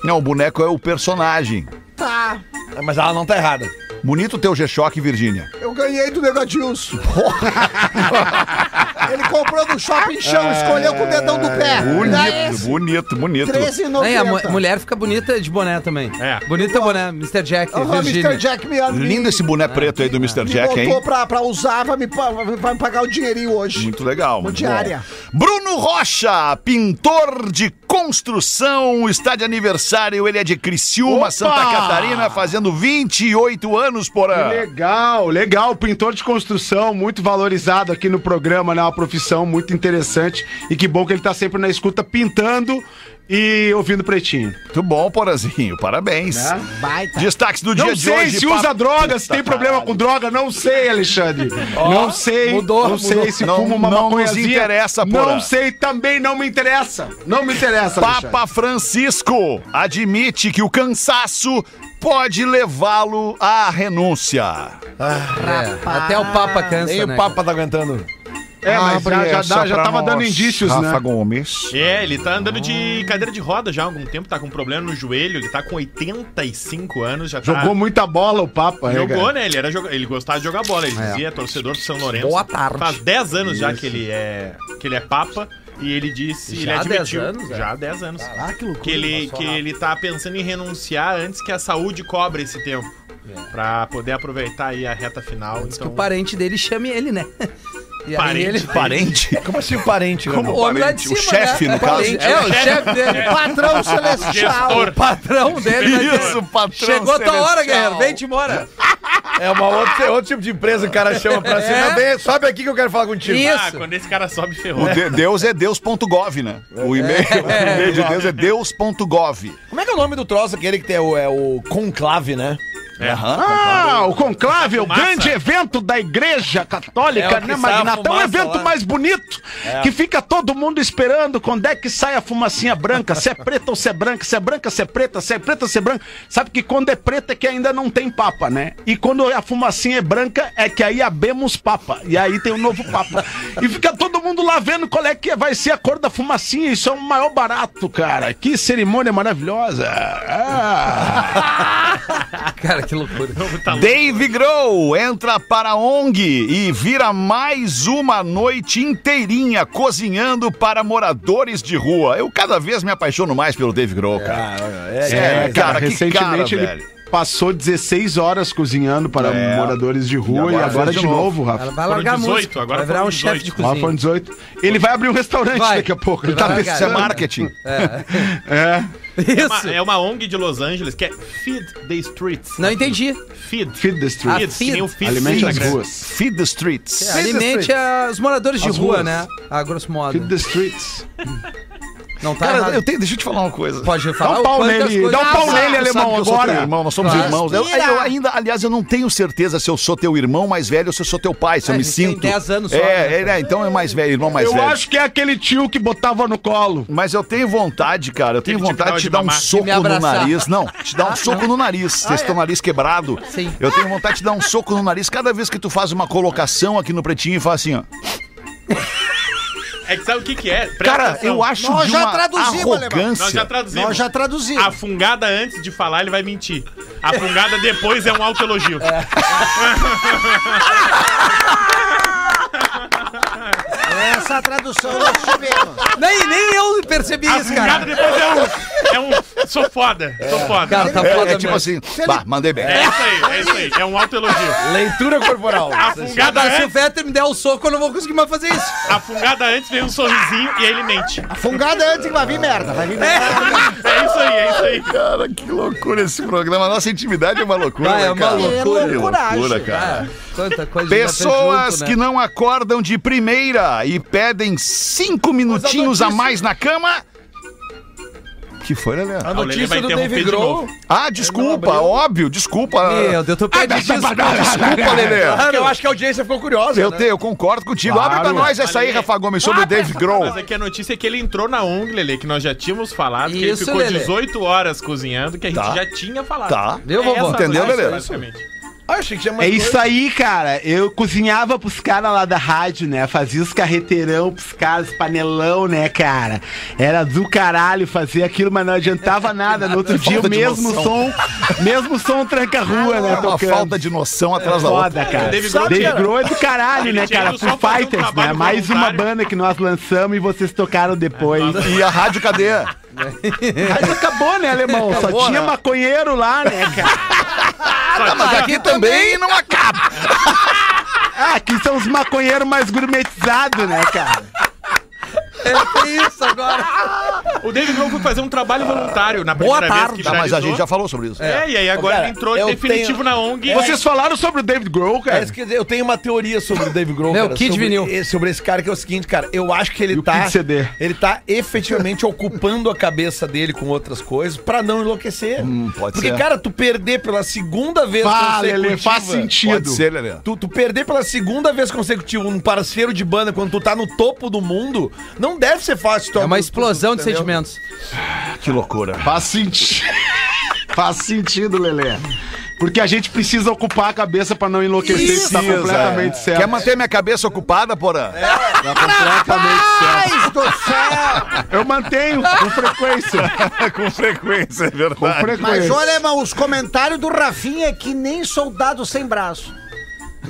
E: Não, o boneco é o personagem.
C: Tá,
F: Mas ela não tá errada.
E: Bonito o teu G-Shock, Virgínia.
C: eu ganhei do Negatilso.
J: Ele comprou no shopping chão, escolheu com o dedão do pé. Dá
E: Bonito,
J: esse.
E: bonito, bonito.
J: 13,90.
G: Aí, a mu- mulher fica bonita de boné também.
H: É.
G: Bonita boné, Mr. Jack,
J: Aham,
G: Virgínia.
J: Mr. Jack me, me,
E: Lindo esse boné preto aí do Mr.
J: me
E: Jack, hein?
J: botou pra, pra usar, vai me, pa- vai me pagar o dinheirinho hoje.
E: Muito legal. Muito
J: Diária.
E: bom. Bruno Rocha, pintor de construção, está de aniversário. Ele é de Criciúma, Santa Catarina, fazendo 28 anos por
I: Que
E: ano.
I: Legal, legal. Pintor de construção, muito valorizado aqui no programa, né? Uma profissão muito interessante. E que bom que ele tá sempre na escuta pintando e ouvindo pretinho.
E: Muito bom, Porazinho. Parabéns.
J: Né? Baita.
E: Destaques do dia
I: Não
E: de
I: sei
E: hoje.
I: se
E: pa-
I: usa droga, se tem problema com droga, não sei, Alexandre. não sei.
G: mudou,
I: não sei
G: mudou.
I: se
E: Não-
I: fuma uma
E: não nos
I: maconhazinha.
E: interessa, porra.
I: Não sei, também não me interessa. Não me interessa, Alexandre.
E: Papa Francisco admite que o cansaço pode levá-lo à renúncia.
G: É, Até o Papa cansa,
F: Nem
G: né,
F: o Papa tá aguentando.
I: É, mas já, já, dá- já tava dando indícios, né?
E: Gomes.
H: É, ele tá andando de cadeira de roda já há algum tempo, tá com problema no joelho, ele tá com 85 anos, já tá...
E: Ah.
I: Jogou muita bola o Papa, né, cara? É.
H: Jogou, né? Ele, era joga- ele gostava de jogar bola. Ele dizia, torcedor do São Lourenço.
G: Boa tarde.
H: Faz 10 anos já que ele é que ele é papa. E ele disse,
G: Já
H: ele
G: há 10
H: admitiu,
G: anos, é?
H: já há 10 anos,
G: que loucura,
H: que ele que ele tá pensando em renunciar antes que a saúde cobre esse tempo, Pra poder aproveitar aí a reta final.
G: É. Que o
H: Então,
G: parente dele chame ele, né? E aí
H: Parente?
G: ele-
E: Parente?
F: Como assim o parente?
E: Como
G: O homem lá de
E: parente? O
G: cima,
E: chefe,
G: né?
E: no caso.
G: É, o chefe dele.
F: um
J: Patrão celestial.
H: gestor.
G: Patrão dele. né, cara?
E: Isso, patrão.
G: Chegou a tua hora,
E: celestial.
G: guerreiro. Vem te embora.
F: É uma outra, outro tipo de empresa que o cara chama pra cima.
G: É.
F: Vem, sobe aqui que eu quero falar contigo.
H: Ah,
G: Isso.
H: quando esse cara sobe, ferrou.
E: O
H: (laughs)
E: de- Deus é deus.gov, né? O (laughs) e-mail, o e-mail de Deus é deus.gov.
F: Como é que é o nome do troço aquele que tem o, é o conclave, né?
I: Ah, o conclave é o
H: Fumaça.
I: grande evento da Igreja Católica,
F: É, o que
I: né,
F: sai a
I: Magnata? É um
F: fumaça
I: evento
F: lá. É.
I: mais bonito, que fica todo mundo esperando quando é que sai a fumacinha branca, se é preta ou se é branca, se é branca, se é preta, se é preta, se é branca. Sabe que quando é preta é que ainda não tem papa, né? E quando a fumacinha é branca é que aí abemos papa, e aí tem o novo papa. E fica todo mundo lá vendo qual é que vai ser a cor da fumacinha, isso é um maior barato, cara. Que cerimônia maravilhosa. Ah...
G: Cara, que loucura.
H: tá
E: Dave Grohl entra para a ONG e vira mais uma noite inteirinha cozinhando para moradores de rua. Eu cada vez me apaixono mais pelo Dave Grohl, cara.
F: É,
E: Sério, cara, que cara,
I: recentemente ele
E: velho.
I: passou 16 horas cozinhando para
E: É.
I: moradores de rua
E: E
I: e
E: agora
I: agora,
E: fez de
I: de novo,
G: Ela
I: Rafa.
G: vai largar a
H: 18,
G: música.
H: agora
G: vai virar um
H: foram
G: chefe de
H: 18.
I: Rafa
G: cozinha.
I: foram 18. Ele vai abrir um restaurante
G: Vai.
I: daqui a pouco. Ele
G: Vai
I: tá
G: largar,
E: Isso é
G: né?
I: pensando.
E: marketing.
I: É.
F: um
H: É uma,
G: Isso.
H: é uma ONG de Los Angeles que é Feed the Streets.
G: Não entendi.
H: Feed.
I: Feed the
G: Ah,
I: street.
H: Feed, que nem o Feed né?
I: Alimente as
H: Instagram.
I: ruas.
E: Feed the streets.
G: Alimente a- os moradores de
I: As
G: rua,
I: ruas.
G: né? A grosso modo.
I: Feed the streets.
G: Não tá
E: Cara,
G: errado.
E: eu tenho, deixa eu te falar uma coisa.
G: Pode falar
I: Dá um
G: o
I: pau
G: quanto as
I: nele,
G: coisas-
I: dá um pau
G: Ah,
I: nele,
E: Sabe que
I: alemão,
E: eu sou teu
I: agora.
E: irmão, nós somos
G: Claro.
E: irmãos. né? Eu, eu ainda, aliás, eu não tenho certeza se eu sou teu irmão mais velho ou se eu sou teu pai, se eu
G: É,
E: me
G: a gente tem
E: sinto.
G: 10 anos só,
E: é,
G: né?
E: ele é, então é mais velho, irmão mais
I: Eu
E: velho.
I: acho que é aquele tio que botava no colo.
E: Mas eu tenho vontade, cara. Eu tenho
H: Ele te
E: vontade de
H: dá
E: te dar um
H: de mamar.
E: soco
G: Me
E: no
G: abraçar. Ah, é?
E: nariz. Não, te dar um soco no nariz. Vocês estão nariz quebrado.
G: Sim.
E: Eu tenho vontade de dar um soco no nariz cada vez que tu faz uma colocação aqui no pretinho e fala assim, ó.
H: É que sabe o que que é? Presta
E: Cara,
H: atenção.
E: eu acho
J: Nós
E: de
J: já
E: uma
J: traduzimos, Alemão.
H: Nós já
E: arrogância.
H: traduzimos.
J: Nós já traduzimos.
H: A fungada antes de falar, ele vai mentir. A fungada depois é um autoelogio.
J: Essa tradução nós tivemos.
G: Nem, nem eu percebi
H: A
G: isso,
H: fungada
G: cara.
H: depois é um. É um. Sou foda. Sou foda.
G: Cara, tá foda
E: É, é
G: mesmo.
E: tipo assim, bah, mandei bem.
H: É isso aí, é isso aí. É um autoelogio.
F: Leitura
H: (laughs)
F: corporal.
H: A fungada,
G: Mas se o
H: antes,
G: Fetter me der o soco, eu não vou conseguir mais fazer isso.
H: a fungada antes vem um sorrisinho e aí ele
E: (laughs)
H: mente.
J: Fungada antes que vai vir merda. Vai vir merda.
H: É isso aí, é isso aí.
E: Cara, que loucura esse programa. A Nossa intimidade é uma loucura,
G: Ah, é uma
E: cara.
G: loucura.
E: Que loucura, cara.
G: Ah, quanta coisa.
E: Pessoas
G: né?
E: que não acordam de primeira e pedem cinco minutinhos a mais na cama. Que foi, Lelé?
F: A
H: Ah, o Lelê
F: notícia
H: vai
F: do
H: interromper
F: David
H: de
F: Grohl.
E: Ah, desculpa, óbvio, desculpa. Ah,
G: Meu Deus, eu tô perdendo isso.
E: (laughs) Desculpa, Lelê.
F: É. Porque eu acho que a audiência ficou curiosa. né?
E: Eu, te, eu concordo contigo. Abre pra nós essa aí,
H: Lelê.
E: Rafa Gomes, sobre o Dave Grohl.
H: Mas é que a notícia é que ele entrou na ONG, Lele, que nós já tínhamos falado, que ele
G: Isso,
H: ficou
G: Lelê.
H: 18 horas cozinhando, que a gente
E: Tá.
H: já tinha falado.
E: Tá.
G: Viu,
H: É
G: vovô?
H: essa a
E: Entendeu,
H: notícia,
E: Lelê?
H: basicamente.
F: Ah, achei que tinha mais
I: É isso
F: coisa.
I: aí, cara. Eu cozinhava pros caras lá da rádio, né? Fazia os carreteirão pros caras, os panelão, né, cara? Era do caralho fazer aquilo, mas não adiantava nada. No outro dia, o
E: Falta de
I: mesmo
E: noção.
I: som, mesmo som tranca-rua, né?
E: É uma
I: tocando. É
E: falta de noção atrás
G: É.
E: da outra.
I: Foda, cara.
H: David
I: David
H: Grohl tinha-
I: Grohl é do caralho,
H: Ele
I: né,
H: tinha
I: cara?
H: ido só
I: Foo
H: fazer um
I: Fighters, né?
H: trabalho
I: Mais uma
H: voluntário.
I: banda que nós lançamos e vocês tocaram depois.
E: E a rádio cadê?
I: Mas acabou, né, alemão?
E: Acabou,
I: Só tinha
E: né?
I: maconheiro lá, né, cara?
E: Ah, mas
H: Tá
E: aqui também não acaba.
I: Ah, aqui são os maconheiros mais gourmetizados, né, cara?
G: É tem isso agora.
H: O David Grohl foi fazer um trabalho voluntário na
G: Boa
H: primeira
G: tarde.
H: vez que
E: Tá, mas a
H: realizou.
E: gente já falou sobre isso.
H: É, e aí agora
F: Cara,
H: ele entrou
F: eu
H: definitivo
F: tenho- É.
H: na ONG.
I: Vocês falaram sobre o David Grohl,
F: Cara,
I: cara?
F: É isso quer dizer, eu tenho uma teoria sobre o Dave Grohl,
G: Meu,
F: cara,
G: Kid
F: sobre,
G: Vinil.
F: eh, sobre esse cara que é o seguinte, cara, eu acho que ele
I: E o
F: tá
I: Kid CD.
F: ele tá efetivamente ocupando a cabeça dele com outras coisas pra não enlouquecer.
E: pode
F: Porque
E: ser.
F: cara, tu perder pela segunda vez
I: Fala, Lelê, faz
E: Pode
I: sentido.
E: ser, Lelê.
F: Tu, tu perder pela segunda vez consecutiva um parceiro de banda quando tu tá no topo do mundo, não deve ser fácil. tu-
G: É uma
F: tu-
G: explosão de
F: entendeu?
G: sentimentos.
E: Que loucura.
I: Faz sentido. (laughs) Faz sentido, Lelê. Porque a gente precisa ocupar a cabeça pra não enlouquecer. Isso, tá completamente
E: é.
I: certo.
E: Quer manter minha cabeça ocupada, Porã?
I: Tá completamente certo.
J: Mas do céu!
I: Eu mantenho com frequência.
E: Com frequência, é
I: Com
E: verdade.
J: Mas
I: frequência.
J: olha, irmão, os comentários do Rafinha é que nem soldado sem braço.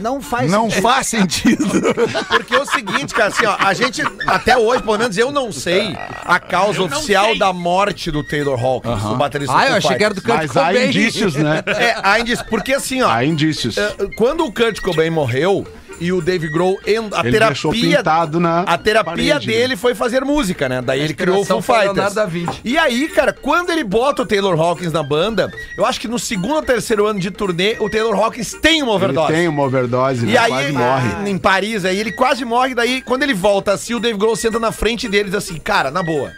J: Não faz
E: Não faz sentido.
F: (laughs) Porque é o seguinte, cara, assim, ó, a gente, até hoje, pelo menos eu não sei a causa
H: não
F: oficial
H: sei.
F: da morte do Taylor Hawkins, o baterista
G: Ah,
F: do
G: eu
F: Foo
G: achei que era do
F: Fighters.
G: Kurt
I: Mas há
G: Cobain.
I: indícios, né?
F: É, há indícios, porque assim, ó,
I: Há indícios.
F: eh, quando o Kurt Cobain morreu e o Dave Grohl, en- a
I: Ele deixou
F: terapia,
I: pintado na
F: a terapia
I: parede, né?
F: dele foi fazer música, né? Daí ele criou o Foo
G: inspiração foi Leonardo
F: Fighters.
G: da Vinci.
F: E aí, cara, quando ele bota o Taylor Hawkins na banda, eu acho que no segundo ou terceiro ano de turnê, o Taylor Hawkins tem uma
I: Ele
F: overdose.
I: tem uma overdose,
F: E
I: né?
F: aí,
I: quase
F: ele- tá
I: morre.
F: em Paris, aí ele quase morre. Daí, quando ele volta, assim, o Dave Grohl senta na frente dele e diz assim: Cara, na boa,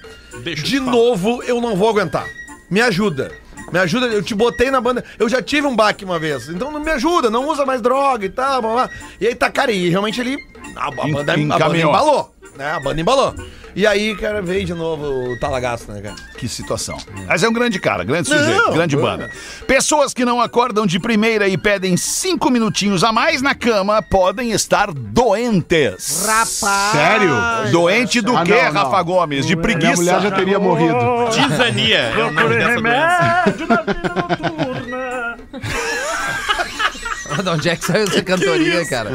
H: Deixa eu
F: de
H: te falar."
F: novo eu não vou aguentar. Me ajuda. Me ajuda, eu te botei na banda. Eu já tive um baque uma vez, então não me ajuda, não usa mais droga e tal, blá blá. E aí tá, cara, e realmente ele. A, a
E: En-
F: banda, a banda
E: encaminhou.
F: embalou, né? A banda embalou. E aí, cara, veio de novo o Talagaço, né, cara?
E: Que situação. Mas é um grande cara, grande sujeito,
F: Não,
E: grande
F: não.
E: banda. Pessoas que não acordam de primeira e pedem cinco minutinhos a mais na cama podem estar doentes.
J: Rapaz.
I: Sério?
E: Doente do
I: Ah,
E: quê,
I: não, não.
E: Rafa Gomes? De
I: Minha
E: preguiça.
I: mulher já teria morrido.
H: Desania. é o nome dessa doença.
G: (laughs)
F: Ah,
G: De onde é que saiu essa cantoria, cara?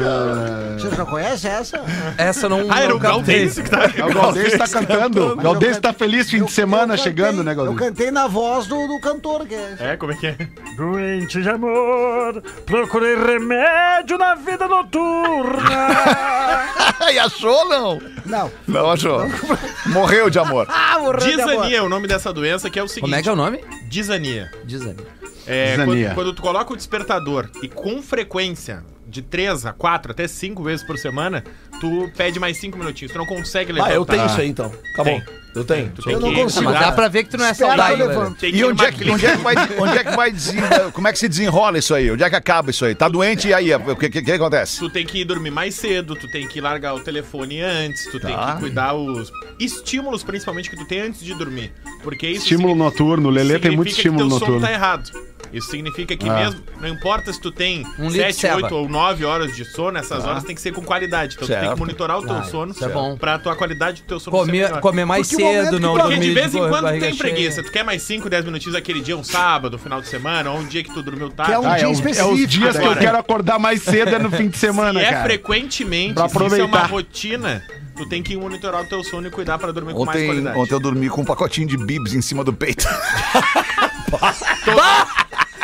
J: Vocês não conhecem essa?
G: Essa eu não.
H: Ah, era
G: não
H: o Galdês que tá
I: É, O Galdês tá cantando. O Galdês tá feliz fim de semana
J: Eu cantei-
I: chegando, né,
J: Eu
I: Galdês?
J: cantei na voz do, do cantor, que é.
H: É, como é que é?
K: Doente de amor, procurei remédio na vida noturna.
E: E achou, não?
J: Não.
E: Não achou. Morreu de amor.
J: Ah, morreu de amor.
H: Desania é o nome dessa doença, que é o seguinte.
G: Como é que é o nome?
H: Desania.
G: Diz aí.
H: É,
I: Desania.
H: Quando, quando tu coloca o despertador e com frequência, de 3 a 4, até 5 vezes por semana, tu pede mais 5 minutinhos. Tu não consegue levantar.
F: Ah, eu tenho isso aí então. Acabou.
H: tá. Tem.
F: Eu tenho.
H: Tu tem
J: Eu não
H: que
J: consigo.
G: Mas
H: cuidar.
G: dá pra ver que tu não é
J: Espera que eu
G: saudável. né?
J: levanto.
H: Tem
E: E
H: ir
E: onde
H: numa
E: é, que, onde é que vai, onde é que vai desen- como é que se desenrola isso aí? Onde é que acaba isso aí? Tá doente e aí? O que, que- que acontece?
H: Tu tem que ir dormir mais cedo, tu tem que largar o telefone antes, tu tem
E: Tá.
H: que cuidar os estímulos, principalmente, que tu tem antes de dormir. Porque isso
I: Estímulo
H: signi-
I: noturno. O Lelê tem muito
H: significa que
I: estímulo
H: teu
I: Ah.
H: sono
I: noturno.
H: tá errado. Isso significa que mesmo, não importa se tu tem
G: Um litro de
H: 7,
G: ceva.
H: 8 ou 9 horas de sono, essas horas tem que ser com qualidade. Então tu tem
E: Certo.
H: que monitorar o teu sono
G: isso é bom.
H: pra tua qualidade do teu sono ser
G: Comer,
H: melhor.
G: comer mais
J: Porque o momento
G: cedo,
J: que
G: não
J: tu-
H: Porque de
G: dormir
H: vez em
G: bo-
H: quando tu
G: barriga
H: tem
G: cheia.
H: preguiça. Tu quer mais 5, 10 minutinhos aquele dia, um sábado, um final de semana, ou um dia que tu dormiu tarde.
J: Que é um
I: Ah,
J: dia
I: é, o- é
J: específico.
I: os dias que eu
H: agora.
I: quero acordar mais cedo é no fim de semana,
H: Se é
I: cara.
H: frequentemente,
I: Pra
H: se isso é uma
I: aproveitar.
H: rotina, tu tem que monitorar o teu sono e cuidar pra dormir com mais
E: Ontem,
H: qualidade.
E: ontem eu dormi com um pacotinho de bibs em cima do peito.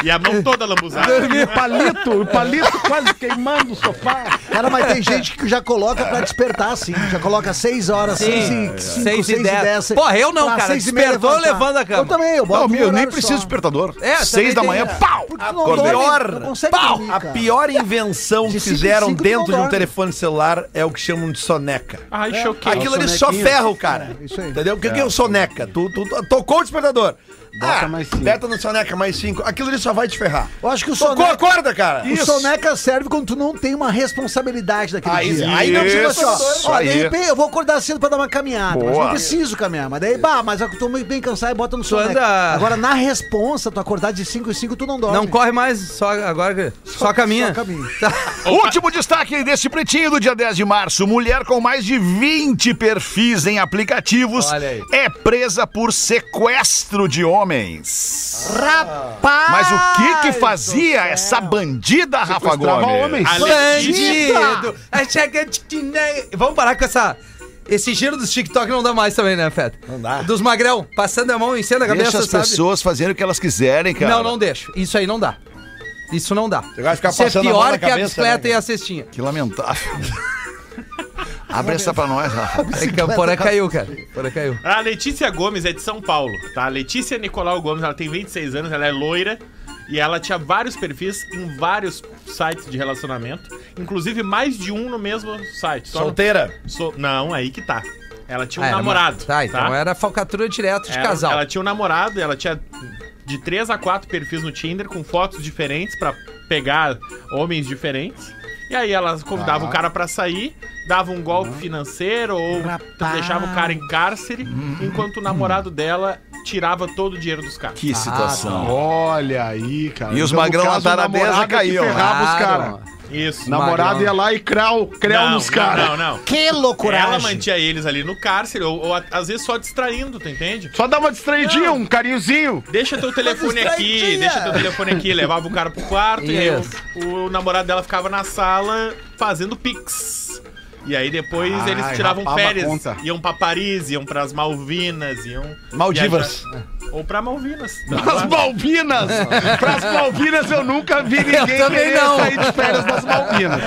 H: E a mão toda
I: (laughs)
H: lambuzada.
I: E o palito, o palito quase queimando o sofá.
J: Cara, mas tem gente que já coloca pra despertar, assim. Já coloca 6 horas,
G: Sim,
J: 6
G: é.
J: e 5,
G: Seis
J: 6
G: e
J: e tá
G: dez.
J: 10.
G: Porra, eu não, cara. Despertou, eu levanto a cama.
J: Eu também, eu boto
E: Não,
J: um
E: eu nem
J: horário
E: preciso de
J: só.
E: despertador.
G: É,
E: Seis
G: também
E: da
G: tem,
E: manhã,
G: é.
E: pau!
J: Porque tu não
E: Acordei.
J: dorme,
F: pior,
J: não consegue
F: pau,
J: dormir,
F: a
J: cara.
F: pior invenção
J: De
F: que
J: cinco em
F: fizeram
J: cinco
F: dentro
J: não
F: de um
J: dorme.
F: telefone celular é o que chamam de soneca.
H: Ai, choquei.
F: Aquilo ali só ferra o cara.
J: É, isso aí.
F: um Entendeu? O que, que é o soneca? Tu, tu- tu- tocou o despertador.
I: Bota mais cinco.
F: Beta no soneca, mais cinco. Aquilo ali só vai te ferrar.
J: Eu acho que o
F: Tocou
J: soneca...
F: a corda, cara.
J: O soneca serve quando tu não tem uma responsabilidade daquele
F: Aí-
J: dia.
F: aí
J: não, tipo
F: isso,
J: assim, ó, ó, de
E: aí.
J: repente eu vou acordar cedo pra dar uma caminhada, mas
E: Boa.
J: não preciso caminhar. Mas daí, bah, mas eu tô muito bem cansado e bota no soneca.
G: anda-
J: Agora, na responsa, tu acordar de 5 em 5, tu não dorme.
G: Não corre mais, só agora. Só, caminha. Tá.
J: Só
G: (laughs)
J: caminha.
E: Último destaque deste pretinho do dia 10 de março. Mulher com mais de 20 perfis em aplicativos
G: Olha aí.
E: é presa por sequestro de homens.
J: Rapaz!
E: Mas o que que fazia essa bandida, Rafa
I: Sequestrava
E: Gomes?
I: homens.
G: Bandido! É Aí chega- Vamos parar com essa. Esse giro dos TikTok não dá mais também, né, Feta? Não
F: dá.
G: Dos magrão, passando a mão em cima da cabeça,
E: Deixa as
G: sabe?
E: pessoas fazerem o que elas quiserem, cara.
G: Não, não deixa. Isso aí não dá. Isso não dá.
F: vai ficar
G: Isso é
F: passando a mão
G: pior
F: na
G: que a
F: cabeça,
G: bicicleta
F: né,
G: e a cestinha. É
E: Que lamentável. (laughs) Abre essa pra nós, Rafa.
G: É que o Porã caiu, cara. O Porã caiu.
H: A Letícia Gomes é de São Paulo, tá? A Letícia Nicolau Gomes, ela tem 26 anos, ela é loira e ela tinha vários perfis em vários sites de relacionamento, inclusive mais de um no mesmo site. Só no-
F: Solteira.
H: Sol- Não, aí que tá. Ela tinha um
G: Ah, era
H: namorado.
G: uma- Tá, então era falcatrua direto de
H: Era-
G: casal.
H: Ela tinha um namorado, ela tinha de 3 a 4 perfis no Tinder com fotos diferentes pra pegar homens diferentes. E aí ela convidava o cara pra sair, dava um golpe financeiro ou
J: Rapaz.
H: deixava o cara em cárcere, enquanto o namorado dela tirava todo o dinheiro dos caras.
E: Que situação.
I: Olha aí, cara.
E: Ah. E os
I: Então, no
E: magrão
I: caso,
E: lá tá
I: o
E: na
I: namorado
E: mesa,
I: é que
E: caiu,
I: ferrava os
G: Claro,
I: cara.
G: mano.
H: Isso.
I: Namorado
G: Magrão.
I: ia lá e creu, creu
H: Não,
I: nos é um caras.
H: Não, não, não.
J: Que loucura!
H: Ela mantinha eles ali no cárcere, ou, ou às vezes só distraindo, tu entende?
I: Só dá uma distraidinha, um carinhozinho.
H: Deixa teu telefone aqui,
J: distraidinha.
H: deixa teu telefone aqui. Levava o cara pro quarto e aí
G: Isso.
H: o, o namorado dela ficava na sala fazendo pix. E aí depois
I: Ai,
H: eles tiravam
I: rapava a
H: férias.
I: conta.
H: Iam pra Paris, iam pras Malvinas, iam.
F: Maldivas.
H: viajar- Ou pra Malvinas.
I: Pras Malvinas! Pras Malvinas eu nunca vi ninguém
G: também
I: querer
G: não.
I: sair de férias das Malvinas.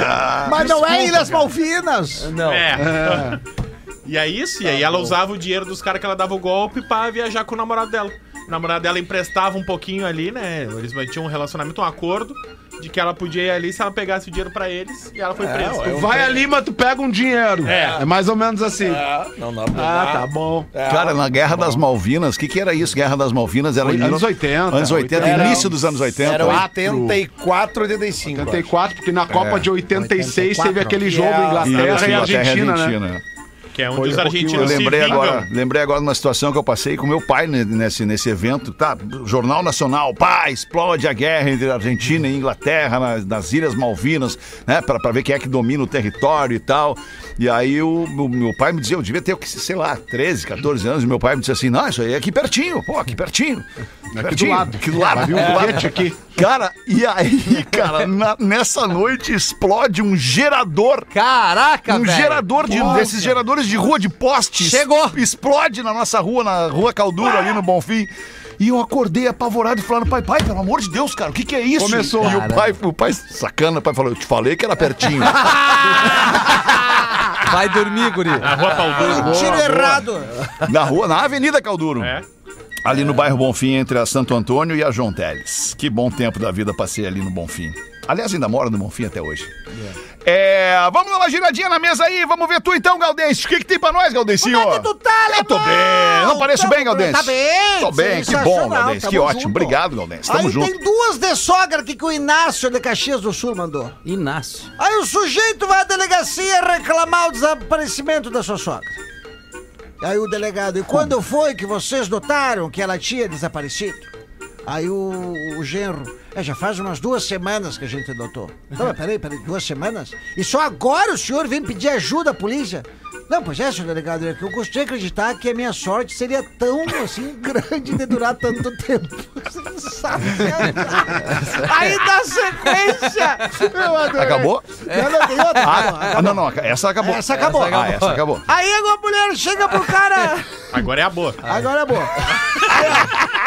J: Mas não é Ilhas Malvinas!
G: Não.
H: É. (laughs) E é isso, e aí ela usava o dinheiro dos caras que ela dava o golpe pra viajar com o namorado dela. O namorado dela emprestava um pouquinho ali, né? Eles mantinham um relacionamento, um acordo de que ela podia ir ali se ela pegasse o dinheiro pra eles e ela
I: É,
H: foi presa.
I: Tu vai ali, mas tu pega um dinheiro.
H: É.
I: É, mais ou menos assim.
F: Não, não.
I: Ah, tá bom.
E: Cara, na Guerra das Malvinas, o que, que era isso? Guerra das Malvinas era
I: Anos
E: em mil-
I: 80,
E: Anos 80,
I: era-
E: início dos anos 80.
F: Era
E: né?
F: 84, 85.
I: 84, porque na Copa de 86 teve aquele jogo
F: é a-
I: Inglaterra
E: Isso,
I: e
E: Inglaterra e
I: Argentina, né?
E: Argentina.
H: Que é
I: Foi
H: onde os
I: um
E: Eu
H: argentinos se
E: lembrei
H: vingam.
E: agora, lembrei agora de uma situação que eu passei com meu pai ne- nesse, nesse evento, tá? Jornal Nacional, pá, explode a guerra entre Argentina e Inglaterra nas, nas Ilhas Malvinas, né? Pra, pra ver quem é que domina o território e tal. E aí o, o meu pai me dizia, eu devia ter, sei lá, 13, 14 anos, e meu pai me disse assim, não, isso aí é aqui pertinho, pô, aqui pertinho. pertinho,
I: É lado.
E: Aqui do lado.
I: Viu
E: do
I: o
E: lado.
I: bilhete aqui? é
E: Cara, e aí, (laughs) cara, na- nessa noite explode um gerador
G: Caraca,
E: um
G: velho.
E: gerador de, desses geradores de rua de postes.
G: Chegou.
E: Explode na nossa rua, na rua Caldura, ali no Bonfim. E eu acordei apavorado e falando, pai, pai, pelo amor de Deus, cara, o que, que é isso?
I: Começou.
E: E o pai, o pai, sacana, o pai falou, eu te falei que era (laughs) pertinho.
G: Vai dormir, guri.
H: A rua Paulus.
J: Tiro errado!
E: na rua, na Avenida Calduro.
H: É.
E: Ali no bairro Bonfim, entre a Santo Antônio e a João Teles. Que bom tempo da vida passei ali no Bonfim. Aliás, ainda moro no Bonfim até hoje. É, vamos dar uma giradinha na mesa aí, vamos ver tu então, Gaudêncio. O que, que tem pra nós, Gaudencinho?
J: Como é que tu tá,
E: Eu tô
J: alemão?
E: bem. Não pareço
J: Tamo
E: bem, Gaudêncio?
J: Tá bem.
E: Tô bem, que bom,
J: sensacional,
E: Gaudêncio. Que
J: tamo
E: ótimo.
J: junto.
E: Obrigado, Gaudêncio. Tamo
J: Aí
E: junto.
J: tem duas de sogra aqui que o Inácio de Caxias do Sul mandou.
G: Inácio.
J: Aí o sujeito vai à delegacia reclamar o desaparecimento da sua sogra. Aí o delegado, e quando foi que vocês notaram que ela tinha desaparecido? Aí o, o genro, é, já faz umas duas semanas que a gente notou. Não, mas peraí, peraí, duas semanas? E só agora o senhor vem pedir ajuda à polícia? Não, pois é, senhor delegado, é que eu gostei de acreditar que a minha sorte seria tão, assim, grande de durar tanto tempo. (laughs) Você não sabe. né? Aí dá sequência. Eu adorei.
E: Acabou?
J: Não, não, tem outra.
E: Ah, não, não, essa acabou.
J: Essa acabou.
E: Ah, essa acabou.
J: Aí a mulher chega pro cara.
H: Agora é a boa.
J: Agora é boa. Aí,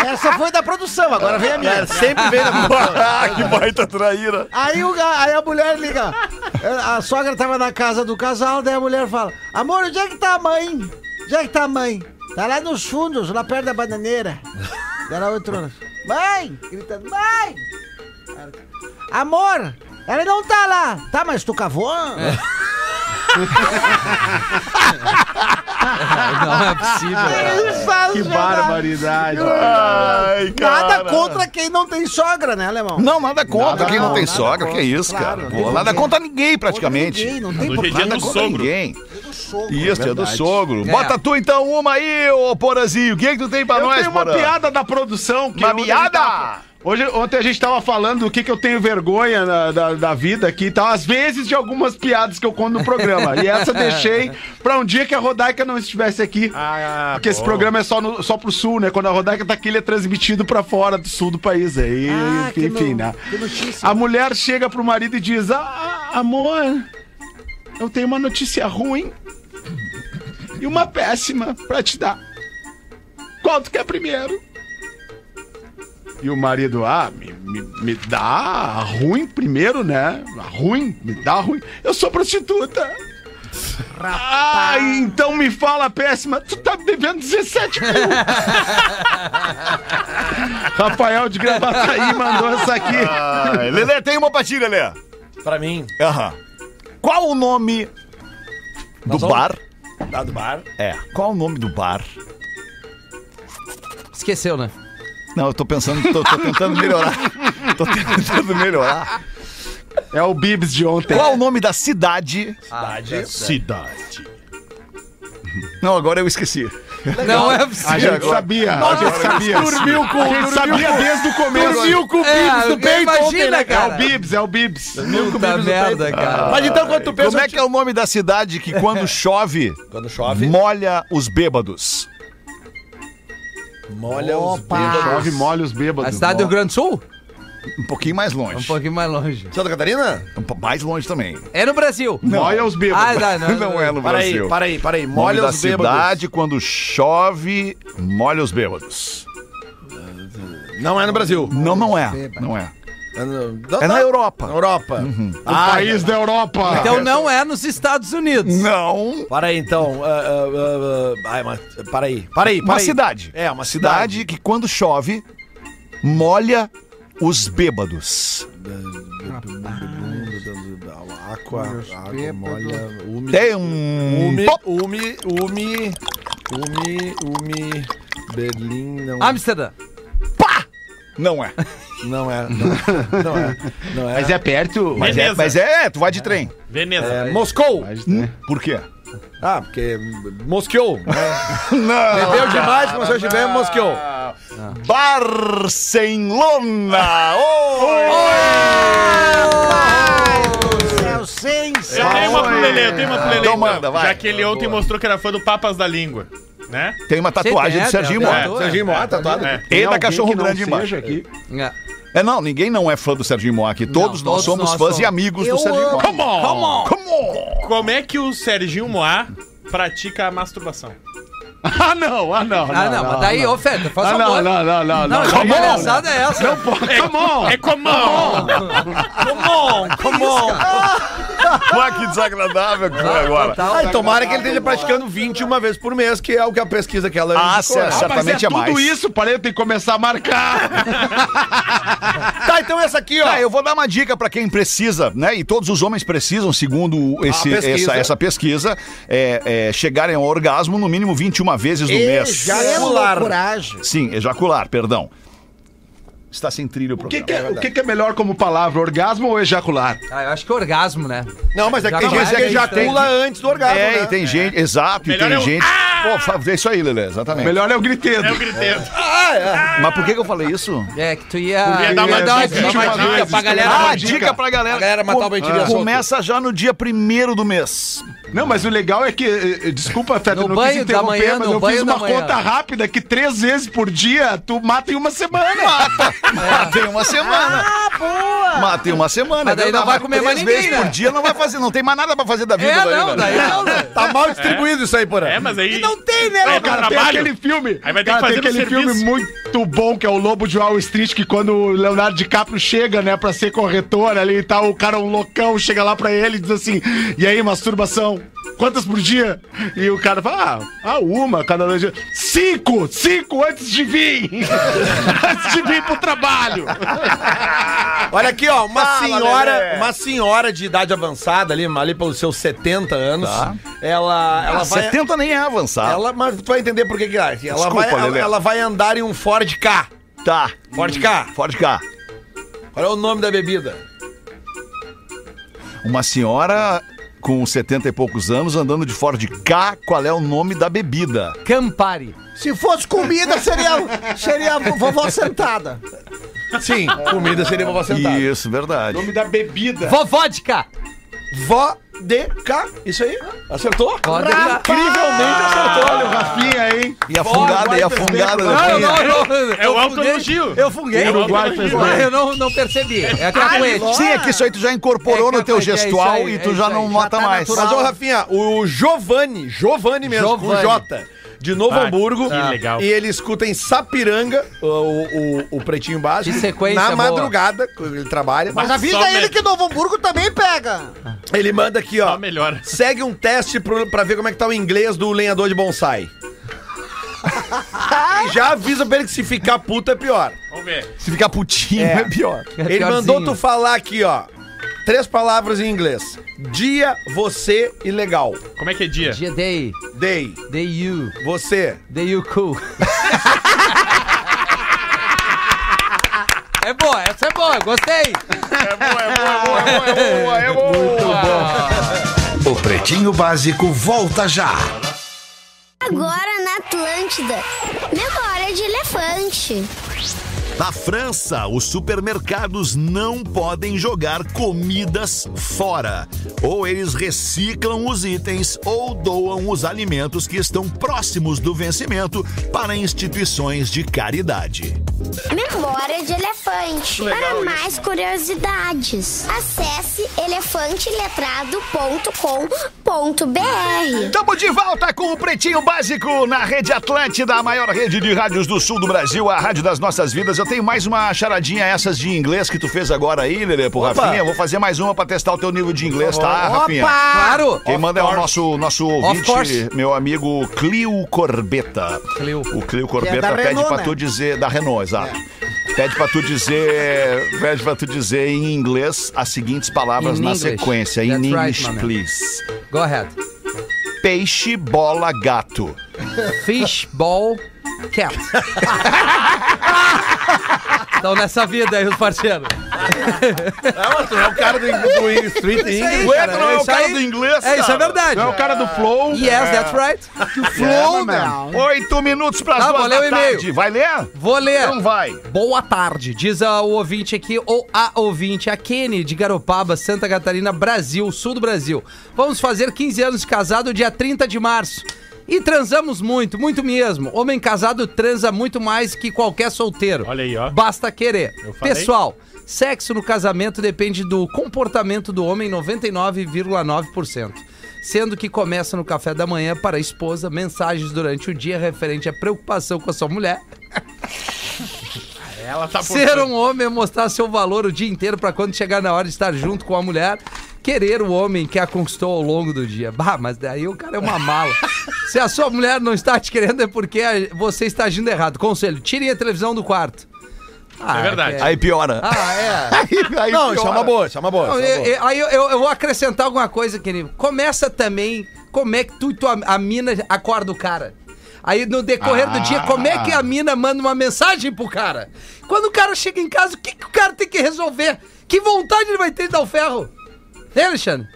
J: ó, (laughs) Essa foi da produção, agora É, vem a minha.
F: Sempre vem na
E: (laughs) Ah, que baita traíra.
J: Aí, o, ga- aí a mulher liga. A sogra tava na casa do casal, daí a mulher fala: Amor, onde é que tá a mãe? Onde é que tá a mãe? Tá lá nos fundos, lá perto da bananeira. Daí ela entrou. Mãe! Gritando: Mãe! Amor! Ela não tá
I: É.
J: lá! Tá, mas tu cavou?
G: (laughs) Não é possível.
I: Que barbaridade.
E: Ai, cara.
J: Nada contra quem não tem sogra, né, Alemão?
E: Não, nada contra
J: Nada
E: quem não,
J: contra,
E: tem
J: nada
E: sogra,
J: contra,
E: que é isso,
J: claro,
E: cara.
J: não
E: Pô,
J: tem
E: nada
J: ninguém.
E: contra ninguém, praticamente.
J: Ninguém, não tem
H: No
J: problema.
H: GG
E: nada
H: do
E: contra
H: sogro.
E: ninguém. Isso, é, do
I: verdade.
E: sogro.
G: É.
E: Bota tu então uma aí, ô Porazinho. O que, é que tu tem pra
I: Eu
E: nós,
I: tenho uma
E: Porã?
I: piada da produção. Que
E: Uma
I: ontem a
E: piada?
I: gente tava- Hoje, ontem a gente tava falando do que, que eu tenho vergonha na- da, da vida aqui e tal. Às vezes de algumas piadas que eu conto no programa.
E: (laughs)
I: e essa eu deixei pra um dia que a Rodaica não estivesse aqui.
H: Ah,
I: porque esse
H: bom.
I: programa é só, no, só pro sul, né? Quando a Rodaica tá aqui, ele é transmitido pra fora do sul do país. Aí,
J: Ah, que
I: enfim,
J: no-
I: né?
J: que notícia.
I: A mulher chega pro marido e diz: "Ah, Amor, eu tenho uma notícia ruim e uma péssima pra te dar. Qual tu quer primeiro? E o marido, ah, me, me, me dá a ruim primeiro, né? A ruim, me dá a ruim. Eu sou prostituta. Ah, então me fala a péssima. Tu tá me devendo
F: (laughs)
I: 17 mil. Rafael de Gravataí mandou essa aqui.
E: Ai, Lelê, tem uma pra ti, Lelê.
F: Pra mim,
E: Aham. Qual o nome do
F: vamos-
E: bar?
F: lá do bar.
E: É. Qual o nome do bar?
G: Esqueceu, né?
E: Não, eu tô pensando, tô, tô tentando (laughs) melhorar. tô tentando melhorar.
I: É o Bibs de ontem.
E: Qual o nome da cidade? Ah,
H: Cidade.
E: Não, agora eu esqueci.
G: Não é
I: A
G: possível.
I: gente sabia. a gente sabia. Dormiu com, a gente sabia desde o começo.
F: Dormiu com o
G: É,
F: Bibs do peito ontem,
G: imagina,
F: né,
I: É
G: cara.
I: o Bibs, é o Bibs.
G: Puta merda, cara.
F: Mas então, quando tu pensa...
E: Ah, Como é que é o nome da cidade que quando (laughs) chove,
F: Quando chove,
E: molha os bêbados?
F: molha os
I: Chove,
F: bêbados.
I: molha os
G: A
I: bêbados.
G: cidade do Rio Grande do Sul?
E: Um pouquinho mais longe.
G: Um pouquinho mais longe.
F: Santa Catarina?
E: Um po- mais longe também.
G: É no Brasil.
I: Molha os
G: Ah,
I: bêbados.
G: não, não,
E: Não é no
F: Para aí,
E: Brasil.
F: para aí, para aí.
E: O nome
F: Molha
E: da
F: os bêbados.
E: cidade quando chove, molha os bêbados.
F: Não é no Brasil.
E: Não, não é. Não é.
F: É,
E: É na Europa.
F: Na Europa. Ah,
I: O país da Europa.
G: Então não é nos Estados Unidos.
E: Não.
F: Para aí, então. ah, ah, ah, ah, ai, mas, para aí, para aí, para
E: Uma
F: aí.
E: cidade.
F: É, uma
E: Cidade
F: cidade.
E: que quando chove, molha os bêbados.
F: Aqua, água, molha, úmido.
E: Tem um.
F: Umi,
E: Top.
F: Umi, Umi, Umi, Umi, Berlim, não,
G: Amsterdã.
E: Não é.
F: não é, não é, não é, não é.
I: Mas é perto.
E: Mas é,
H: Veneza.
E: mas é, tu vai de trem.
H: Veneza.
F: É Moscou!
I: né,
E: Por quê?
F: Ah, porque Moscou!
E: Não.
F: Bebeu demais, começou a chover, Moscou!
E: Barcelona!
J: Céu, sem
I: É.
H: Eu tenho uma pro Lelê, eu tenho uma pro Lelê.
E: Então
H: Então,
E: manda, vai.
H: Já que ele ontem mostrou que era fã do Papas da Língua, né?
E: Tem uma tatuagem
G: Sim, tem,
E: do Serginho
G: tem,
E: Moá.
G: tem.
F: Serginho Moá,
G: tá,
F: tatuado?
H: É.
E: E da Cachorro Grande embaixo.
I: aqui.
G: É.
E: É, não, ninguém não é fã do Serginho Moá aqui. Todos
G: Não,
E: nós
G: todos
E: somos
G: nós
E: fãs
G: somos.
E: e amigos do Serginho Moá. Come on! Come on!
H: Como é que o Serginho Moá pratica a masturbação?
I: Ah, não, ah, não.
G: Ah, não, mas daí, ô Feta, faz
I: Ah,
G: favor.
I: não, não, não, não,
G: Não,
I: não.
G: a
I: Come on.
G: engraçada é essa.
I: Come on.
H: É comum!
G: Come on, come on.
E: Pô, que desagradável que
G: tá,
E: foi agora.
G: Total.
F: Ah, e tomara que ele esteja praticando 21 vezes por mês, que é o que a pesquisa que ela indicou,
E: Ah,
F: né?
E: certo.
I: Mas é
E: Certamente é
I: tudo
E: mais.
I: isso, parei, eu tenho que começar a marcar.
F: Tá, então essa aqui, ó.
E: Tá, eu vou dar uma dica pra quem precisa, né? E todos os homens precisam, segundo esse-
F: A pesquisa.
E: essa, essa pesquisa, é, é, chegarem ao orgasmo no mínimo 21 vezes no mês.
J: É
F: Ejacular.
J: coragem.
E: Sim, ejacular, perdão. Está sem trilho o
I: O que,
E: programa.
I: que é, o que que é melhor como palavra, orgasmo ou ejacular?
G: Ah, eu acho que é orgasmo, né?
F: Não, mas é que tem
G: Jamais
F: gente que
G: a gente
F: ejacula antes do orgasmo,
E: É,
F: né?
E: e tem gente, exato, e
H: Melhor
E: tem
H: é o-
E: gente. Pô, fa- é isso aí, Lelê, exatamente.
I: Melhor é o griteiro.
H: Eu gritei.
E: Mas por que, que eu falei isso?
G: É que tu ia,
H: Ia dar uma
G: dar uma
H: dica,
G: dica,
H: uma
G: uma dica
H: dica.
G: pra galera.
E: Ah,
I: dica.
E: dica pra galera.
F: A galera matar o bem de via solto.
E: Começa já no dia primeiro do mês.
I: Não, mas o legal é que, eh, eh, desculpa, Feta,
G: No
I: não quis
G: banho da
I: interromper,
G: manhã,
I: mas
G: no
I: eu fiz
G: banho da
I: uma
G: manhã.
I: conta rápida que três vezes por dia tu mata em uma semana.
E: Tem uma semana. Ah, boa! Mas tem uma semana.
G: Mas daí
E: verdade,
G: não vai comer
E: três
G: mais ninguém,
E: vezes
G: né?
E: por dia não vai fazer, não tem mais nada pra fazer da vida.
G: É,
E: daí,
G: não,
E: né?
G: daí não, né?
F: Tá mal distribuído isso aí, porra.
H: É, mas aí.
G: E não tem, né?
H: Aí
I: Cara,
H: É, cara,
I: tem
H: trabalho.
I: aquele filme.
H: Aí vai ter
I: cara,
H: que fazer
I: tem
H: no
I: aquele filme
H: serviço.
I: muito bom que é o Lobo de Wall Street, que quando o Leonardo DiCaprio chega, né, pra ser corretor ali e tal, o cara, um loucão, chega lá pra ele e diz assim: E aí, masturbação? Quantas por dia? E o cara fala: Ah, ah, uma, cada dois dias. Cinco! (laughs) Cinco antes de vir! antes de vir pro trabalho!
F: Olha aqui, ó, uma
E: Fala,
F: senhora,
E: Lelê.
F: uma senhora de idade avançada ali, ali pelos seus 70 anos,
E: Tá.
F: ela ela
E: Ah,
F: vai
E: 70 nem é avançado.
F: ela, mas tu vai entender por que que ela, ela
E: Desculpa,
F: vai ela,
E: Lelê.
F: ela vai andar em um Ford K.
E: Tá.
F: Ford K.
E: Ford K.
F: Qual é o nome da bebida?
E: Uma senhora com 70 e poucos anos andando de Ford K, qual é o nome da bebida?
G: Campari.
J: Se fosse comida, seria, seria a vovó sentada.
F: Sim, comida seria pra você sentar.
E: Isso, verdade.
I: Nome da bebida.
G: Vovodka.
F: Vó de K, isso aí? Acertou?
G: Vodka.
I: Incrivelmente acertou, olha o
E: Ah!
I: Rafinha, hein?
E: E a fungada, e a fungada
G: Não,
E: daqui.
G: Ah, não, não.
H: É o
G: Eu fuguei.
H: autoelogio.
G: Eu funguei.
I: Uruguai fez
G: Mas
I: bem.
G: eu não, não percebi. É cacuete.
E: Sim, é que isso aí tu já incorporou
G: É,
E: no teu
G: é isso aí,
E: gestual
G: é
E: e tu
G: isso
E: já
G: aí,
E: não
G: já
E: nota
G: tá
E: mais.
G: natural.
F: Mas, ô, Rafinha, o Giovanni, Giovanni mesmo, com
G: Giovanni.
F: J, de Novo
H: Ah,
F: Hamburgo.
H: que legal.
F: E ele escuta em Sapiranga o, o, o Pretinho Básico.
G: Que sequência
F: Na
G: boa.
F: madrugada, quando ele trabalha.
J: Mas avisa
H: Só
J: ele
H: me-
J: que Novo Hamburgo também pega.
F: Ele manda aqui, ó.
H: Só melhora.
F: Segue um teste pro, pra ver como é que tá o inglês do lenhador de
E: (laughs)
F: bonsai. e já avisa pra ele que se ficar puto é pior.
H: Vamos ver.
E: Se ficar putinho é, pior.
G: É
F: ele
G: piorzinho.
F: mandou tu falar aqui, ó. Três palavras em inglês. Dia, você e legal.
H: Como é que é dia?
G: Dia day.
F: Day,
G: Day you.
F: você.
G: Day you cool. É boa, essa é boa, gostei.
D: O Pretinho Básico volta já.
L: Agora na Atlântida. Memória de elefante.
A: Na França, os supermercados não podem jogar comidas fora. Ou eles reciclam os itens ou doam os alimentos que estão próximos do vencimento para instituições de caridade.
L: Memória de elefante. Para mais curiosidades, acesse elefanteletrado.com.br.
E: Tamo de volta com o Pretinho Básico na Rede Atlântida, a maior rede de rádios do sul do Brasil, a rádio das nossas vidas. Eu tenho mais uma charadinha essas de inglês que tu fez agora aí, Lelê, pro Rafinha. Eu Vou fazer mais uma pra testar o teu nível de inglês, tá, Rafinha?
G: Claro.
E: Quem manda é o nosso, nosso ouvinte,
G: course.
E: meu amigo Clio Corbetta.
G: Clio.
E: O Clio Corbetta
J: da
E: pede
J: Renault,
E: pra
J: né?
E: tu dizer. Da Renault, exato. Pede pra tu dizer. Pede pra tu dizer em inglês as seguintes palavras
G: In
E: na
G: English.
E: sequência. In
G: That's right,
E: English,
G: my man.
E: please.
G: Go ahead.
E: Peixe, bola, gato.
G: Fishball cat. Então nessa vida aí, os parceiros.
F: Não é o cara do, do Street (laughs) English.
G: Isso aí, cara,
E: não é o
G: isso
E: cara
G: aí-
E: do inglês,
G: É, isso
E: cara.
G: é verdade.
I: Não é o cara do Flow.
G: Yes, that's right.
E: Flow, né? Oito minutos pras
G: Tá,
E: duas
G: vou ler
E: da
G: o e-mail.
E: tarde. Vai ler?
G: Vou ler.
E: Então vai.
G: Boa tarde, diz a- o ouvinte aqui, ou a ouvinte, a Kenny de Garopaba, Santa Catarina, Brasil, sul do Brasil. Vamos fazer 15 anos de casado dia 30 de março. E transamos muito, muito mesmo. Homem casado transa muito mais que qualquer solteiro.
H: Olha aí, ó.
G: Basta querer.
H: Eu falei.
G: Pessoal, sexo no casamento depende do comportamento do homem 99,9%. Sendo que começa no café da manhã para a esposa, mensagens durante o dia referente à preocupação com a sua mulher,
H: Ela tá por
G: Ser um homem é mostrar seu valor o dia inteiro pra quando chegar na hora de estar junto com a mulher, querer o homem que a conquistou ao longo do dia. Bah, mas daí o cara é uma
H: (laughs)
G: mala. Se a sua mulher não está te querendo é porque a- você está agindo errado. Conselho, tirem a televisão do quarto. Ah,
H: É verdade.
G: que-
E: Aí piora.
G: Ah,
E: (laughs)
G: é.
E: Aí
F: Não, isso é
E: piora.
F: uma boa, isso é uma boa.
G: Não,
F: isso é uma
G: eu-
F: boa.
G: eu- aí eu, eu- eu vou acrescentar alguma coisa, querido. Começa também como é que tu e tua, a mina acorda o cara. Aí no decorrer do dia, como é que a mina manda uma mensagem pro cara? Quando o cara chega em casa, o que, que o cara tem que resolver? Que vontade ele vai ter de dar o ferro? Né, Alexandre?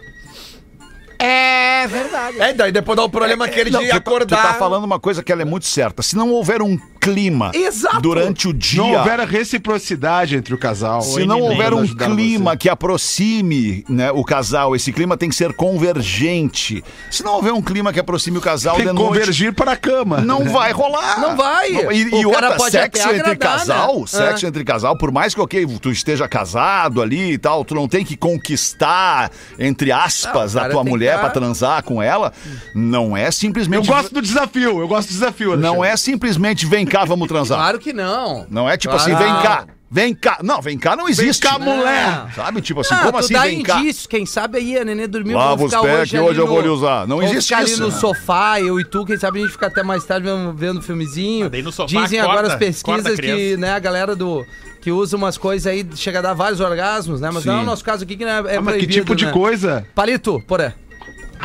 J: É verdade.
F: É, daí depois dá o problema aquele
E: Não,
F: de
E: tu tá-
F: acordar.
E: tu tá falando uma coisa que ela é muito certa. Se não houver um clima
G: Exato.
E: durante o dia.
I: Não houver a reciprocidade entre o casal.
E: Se não
I: Tentando
E: houver um
I: ajudar
E: clima
I: você.
E: que aproxime né, o casal, esse clima tem que ser convergente. Se não houver um clima que aproxime o casal
I: Tem
E: de
I: que
E: noite,
I: convergir para a cama.
E: não
I: (laughs)
E: vai rolar.
G: Não vai.
E: E,
G: O
E: e
G: cara
E: outra,
G: pode
E: sexo
G: até
E: entre
G: agradar,
E: casal,
G: né?
E: sexo entre casal, por mais que, ok, tu esteja casado ali e tal, tu não tem que conquistar, entre aspas,
G: Não,
E: a
G: o cara
E: tua
G: tem
E: mulher
G: que
E: pra
G: dar-
E: transar com ela, não é
I: Eu
E: simplesmente...
I: gosto do desafio, eu gosto do desafio.
E: Não
I: Alexandre.
G: (laughs)
E: é simplesmente vem cá, vamos transar.
G: Claro que não.
E: Não é tipo
G: Claro.
E: assim, vem cá, Vem cá. Não, vem cá não existe. né?
G: cá, mulher.
E: Sabe? Tipo assim,
G: Ah,
E: como
G: tu
E: assim
G: dá
E: vem cá?
G: indícios, quem sabe aí a Nenê dormiu
E: Lava
G: vamos
E: os pés que
G: ali
E: hoje eu vou lhe usar. Não
G: vamos
E: existe
G: ficar
E: isso,
G: ali no
E: né?
G: sofá, eu e tu, quem sabe a gente fica até mais tarde vendo, vendo um filmezinho.
H: no sofá,
G: Dizem
H: corta,
G: agora as pesquisas
H: corta a
G: que
H: criança.
G: né, a galera do que usa umas coisas aí, chega a dar vários orgasmos, né? Mas
I: Sim.
G: não é o nosso caso aqui que não é, é
I: Ah, mas que
G: proibido,
I: tipo de
G: né?
I: coisa?
G: Palito, porém.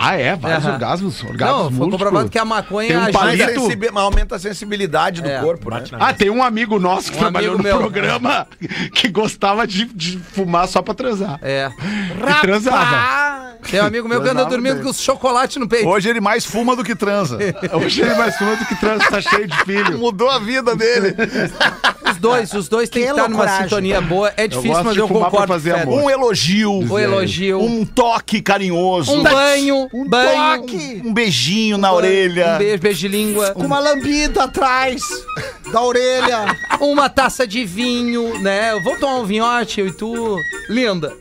I: Ah, é? Vários
G: Aham.
I: orgasmos,
G: Não,
I: orgasmos
G: foi
I: múltiplos.
G: comprovado que a maconha
I: Tem um
G: ajuda-
F: Mas
I: palito.
F: sensibi- mas aumenta a sensibilidade do
G: É.
F: corpo, né?
I: Ah, tem um amigo nosso que
G: Um
I: trabalhou no
G: amigo meu.
I: programa (laughs) que gostava de, de fumar só pra transar.
G: É.
I: E transava.
G: Tem um amigo meu que anda
I: Transava
G: dormindo
I: bem.
G: com chocolate no peito.
E: Hoje ele mais fuma do que transa.
I: Hoje ele é mais fuma do que transa, tá cheio de filho.
E: Mudou
F: (laughs)
E: a vida dele.
G: Os dois, os dois tem que
J: Que
G: estar numa
J: loucuragem.
G: sintonia boa. É difícil,
I: gosto
G: mas
I: de
G: eu
I: fumar pra
G: concordo.
I: fazer
G: Fede.
I: amor.
E: Um elogio.
G: O elogio.
E: Um toque carinhoso.
G: Um banho,
E: Um
G: banho,
E: toque. Um beijinho na orelha.
G: Um beijo, beijo de língua.
J: Com uma lambida atrás da orelha.
G: Uma taça de vinho, né? Eu vou tomar um vinhote, eu e tu. Linda.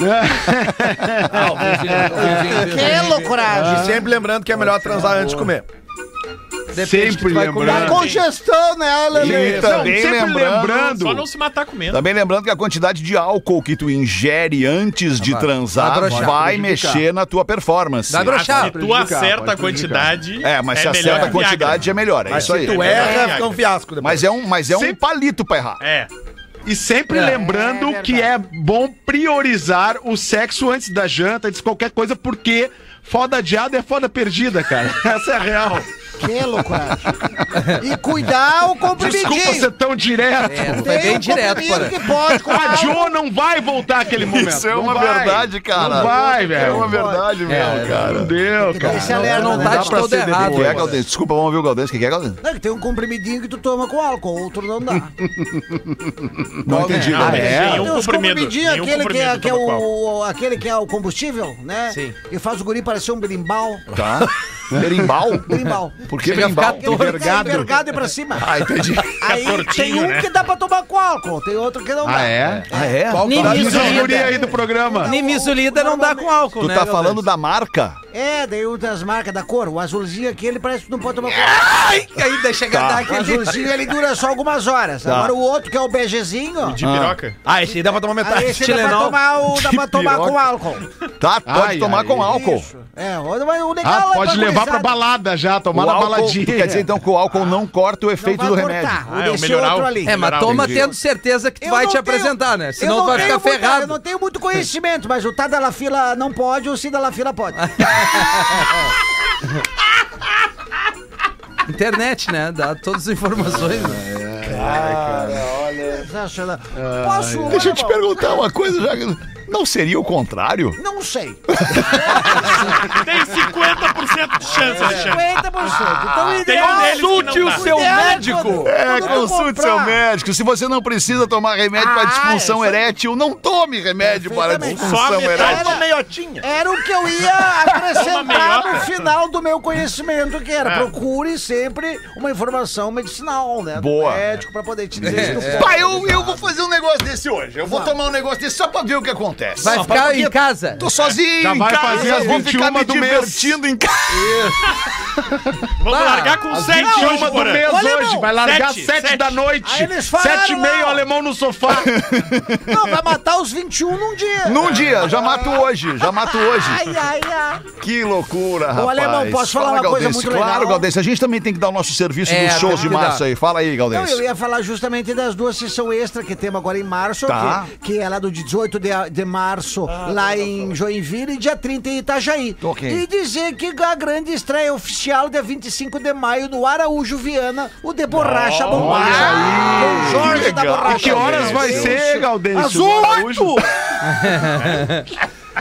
G: Ah, o beijinho, o beijinho, o beijinho.
J: Que loucuragem.
F: E Ah, sempre lembrando que é melhor transar antes de comer.
G: Depende do que tu vai
I: Sempre
G: comer.
J: A congestão, né, Lelê?
E: E também
I: sempre lembrando-
E: lembrando.
H: Só não se matar comendo.
E: Também lembrando que a quantidade de álcool que tu ingere antes de transar
G: vai broxar,
E: vai
I: prejudicar.
E: mexer na tua performance.
G: Vai
H: Ah,
G: broxar.
H: se tu acerta a quantidade.
E: É, mas se acerta
H: melhor
E: a
H: que Viagra.
E: quantidade é melhor. É
F: Mas
E: isso aí.
F: se tu
H: É.
F: erra, fica um fiasco depois.
E: Mas é um, mas é um
I: Sempre-
E: palito pra errar.
H: É.
I: E sempre
G: É,
I: lembrando que é bom priorizar o sexo antes da janta, antes de qualquer coisa, porque foda adiada é foda perdida, cara. (laughs) Essa é a real.
J: Que loucuragem. E cuidar o
I: Desculpa
J: comprimidinho.
I: ser tão direto.
G: É,
J: Tem
G: vai bem
J: um
G: direto,
J: comprimido
G: porra.
J: que pode
I: (laughs)
J: com
I: A Jo não vai voltar aquele momento.
E: Isso é
I: Não
E: uma
I: vai.
E: verdade, cara.
I: Não vai,
E: É uma
I: velho.
E: verdade mesmo, cara.
I: Não deu, cara.
J: Esse alerta,
G: não
J: né?
G: tá
I: dá
G: de
I: pra
G: todo
I: ser
G: errado.
E: O que é, Galdêncio? Desculpa, vamos ver o Galdêncio. O que é, Galdêncio?
J: Não, que tem um comprimidinho que tu toma com álcool, outro não dá.
E: Não entendi,
I: Ah,
E: Galdêncio.
I: é?
H: Nenhum
J: Tem uns
H: comprimido,
J: comprimidinhos,
H: nenhum
J: aquele que é,
H: comprimido
J: que é
H: toma
J: o, aquele que é o combustível, né?
G: Sim.
J: E faz o guri parecer um berimbau.
E: Tá. Berimbau?
J: (laughs) Berimbau.
E: Por que
G: Chega a
E: berimbau?
G: ficar torto.
J: Envergado. Envergado e pra cima.
E: Ah, entendi.
J: Aí tem
H: tortinho,
J: um
H: né?
J: que dá pra tomar com álcool, tem outro que não dá.
I: Ah, é?
E: Ah, é?
G: Nem
I: Diz a guria aí
G: misolida.
I: do programa.
G: Nem misolida não dá com álcool,
E: Tu
G: né?
E: tá
G: Galdês?
E: falando da marca?
J: É, daí o das marcas da cor, o azulzinho aqui, ele parece que não pode tomar com álcool.
G: Ai, ainda chega a dar
J: Ah, O
G: aquele...
J: azulzinho ele dura só algumas horas. Agora o outro, que é o beijezinho,
H: De piroca.
F: Ah, esse aí dá pra tomar metade.
J: aí esse dá pra
G: Tilenol.
J: tomar, o, dá pra tomar
E: piroca.
J: com álcool.
E: Tá, pode
I: Ai,
E: tomar
I: ai.
E: com álcool.
J: Isso. É, o, mas o legal
I: Ah,
J: é
I: pode levar pra
J: gurizada.
I: balada já,
E: O
I: tomar na
E: álcool,
I: baladinha.
E: tu quer dizer então que o álcool não corta o
J: Não
E: efeito
J: vai
E: do
J: cortar. Um
E: remédio.
H: Ah, é o
J: desse
H: melhoral.
J: outro ali.
G: É, mas
H: Liberal,
G: toma
E: entendi.
G: tendo certeza que tu
J: Eu
G: vai
J: não
G: te
J: tenho-
G: apresentar, né? Senão
J: eu
G: tu vai
J: não
G: ficar
J: tenho muita-
G: ferrado.
J: eu não tenho muito conhecimento, mas o Tadalafila não pode, o Sidalafila pode.
G: Internet, né? Dá todas as informações. Né?
J: Sensacional. Posso.
E: Deixa eu te
J: Alemão?
E: perguntar uma coisa, já que- não seria o contrário?
J: Não sei.
H: Tem 50% de chance, Alexandre.
J: 50%. Então, o
H: Tem
J: ideal
H: um deles que não dá.
J: O ideal é quando-
E: É,
J: quando tu
E: consulte
J: comprar.
E: seu médico. Se você não precisa tomar remédio para
J: Ah, isso
E: disfunção
J: aí.
E: erétil, não tome remédio para
J: Perfeitamente.
H: Só a
E: disfunção
H: metade.
E: erétil.
J: Era- Era o que eu ia acrescentar
H: meiota.
J: no final do meu conhecimento, que era
H: É.
J: procure sempre uma informação medicinal, né? do
E: Boa.
J: médico pra poder te dizer se
I: É.
J: tu pode.
E: Pai, eu, eu vou fazer um negócio desse hoje. Eu vou tomar um negócio desse só pra ver o que acontece.
G: Vai
E: Só pra-
G: ficar
E: porque
G: em casa.
E: Tô sozinho
I: Já
E: em
I: vai
E: casa,
I: fazer as
E: vou ficar
I: 21
E: me
I: do mês.
E: divertindo em casa.
H: Vamos largar com 7 hoje,
I: Uma do
E: né?
H: porém.
I: mês
J: Olha,
I: hoje,
J: irmão,
I: vai largar
H: sete,
I: sete
H: sete.
I: da noite.
J: Aí eles falaram
I: Sete e meio,
J: lá.
I: alemão no sofá.
J: Não, vai matar os 21 num dia.
E: Num dia, já mato hoje, já mato hoje.
J: Ai, ai, ai.
E: Que loucura, rapaz.
J: alemão, posso falar uma coisa
E: Galdêncio.
J: muito legal?
E: Claro, Galdêncio, a gente também tem que dar o nosso serviço
G: É,
E: dos shows
G: tem
E: de
G: que dar.
E: março aí. Fala aí,
J: Não, eu
E: Galdêncio.
J: ia falar justamente das duas sessões extra que temos agora em março,
E: Tá.
J: que, que é lá do 18 de, de março,
H: Ah, tá,
J: lá em Joinville, e dia 30 em Itajaí.
E: Ok.
J: E dizer que a grande estreia oficial, dia 25 de maio, no Araújo Viana, o de borracha bombada. Com Jorge da borracha.
I: E que horas vai
J: Isso.
I: ser, Galdêncio?
J: Às
I: Araújo?
J: oito!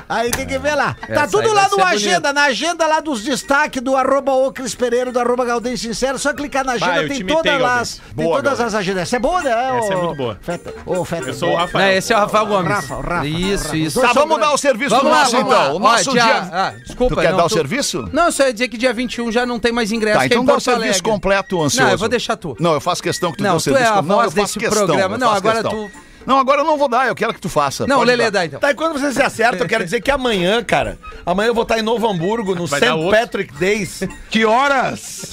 J: Aí tem que ver lá. tá
G: Essa
J: tudo
G: aí
J: lá
G: vai
J: no
G: ser
J: agenda, na agenda lá dos destaques do arroba o Cris Pereira, do arroba Galdem Sincero. Só clicar na agenda,
H: eu te
J: tem
H: imitei,
J: todas
H: Galdêncio.
J: as. Tem
H: Boa,
J: todas as agendas. Essa é boa, né?
H: Essa é
J: ô-
H: muito boa.
J: Feta. Ô, Feta.
H: Eu sou o
G: Não,
H: Rafael.
G: esse é o Rafael Gomes.
J: Rafa, o Rafa,
G: isso,
J: o Rafa.
G: isso.
E: Tá, vamos dar o serviço do
G: Vamos lá,
E: nosso
G: vamos lá.
E: então. O nosso
G: Ó,
E: dia.
G: ah, desculpa.
E: Tu quer
G: não,
E: dar o serviço?
G: Não, só ia dizer que dia 21 já não tem mais ingresso.
E: Tá,
G: que é
E: então
G: em
E: dá o
G: Porto
E: serviço
G: Alegre.
E: completo, ansioso.
G: Não, eu vou deixar tu.
E: Não, tá, eu faço questão que tu
G: Não,
E: dê o
G: tu
E: serviço.
G: é a
E: completo. não, eu
G: voz
E: faço
G: desse
E: questão.
G: programa.
E: eu
G: Não,
E: faço
G: agora
E: questão.
G: tu-
E: Não, agora eu não vou dar, eu quero que tu faça.
G: Não,
E: Pode
G: Lelê,
E: dar.
G: dá então.
F: Tá, e quando você se acerta, eu quero dizer que amanhã, cara, amanhã eu vou estar em Novo Hamburgo, no
H: Vai dar
F: St.
H: outro.
F: Patrick Days.
I: Que horas?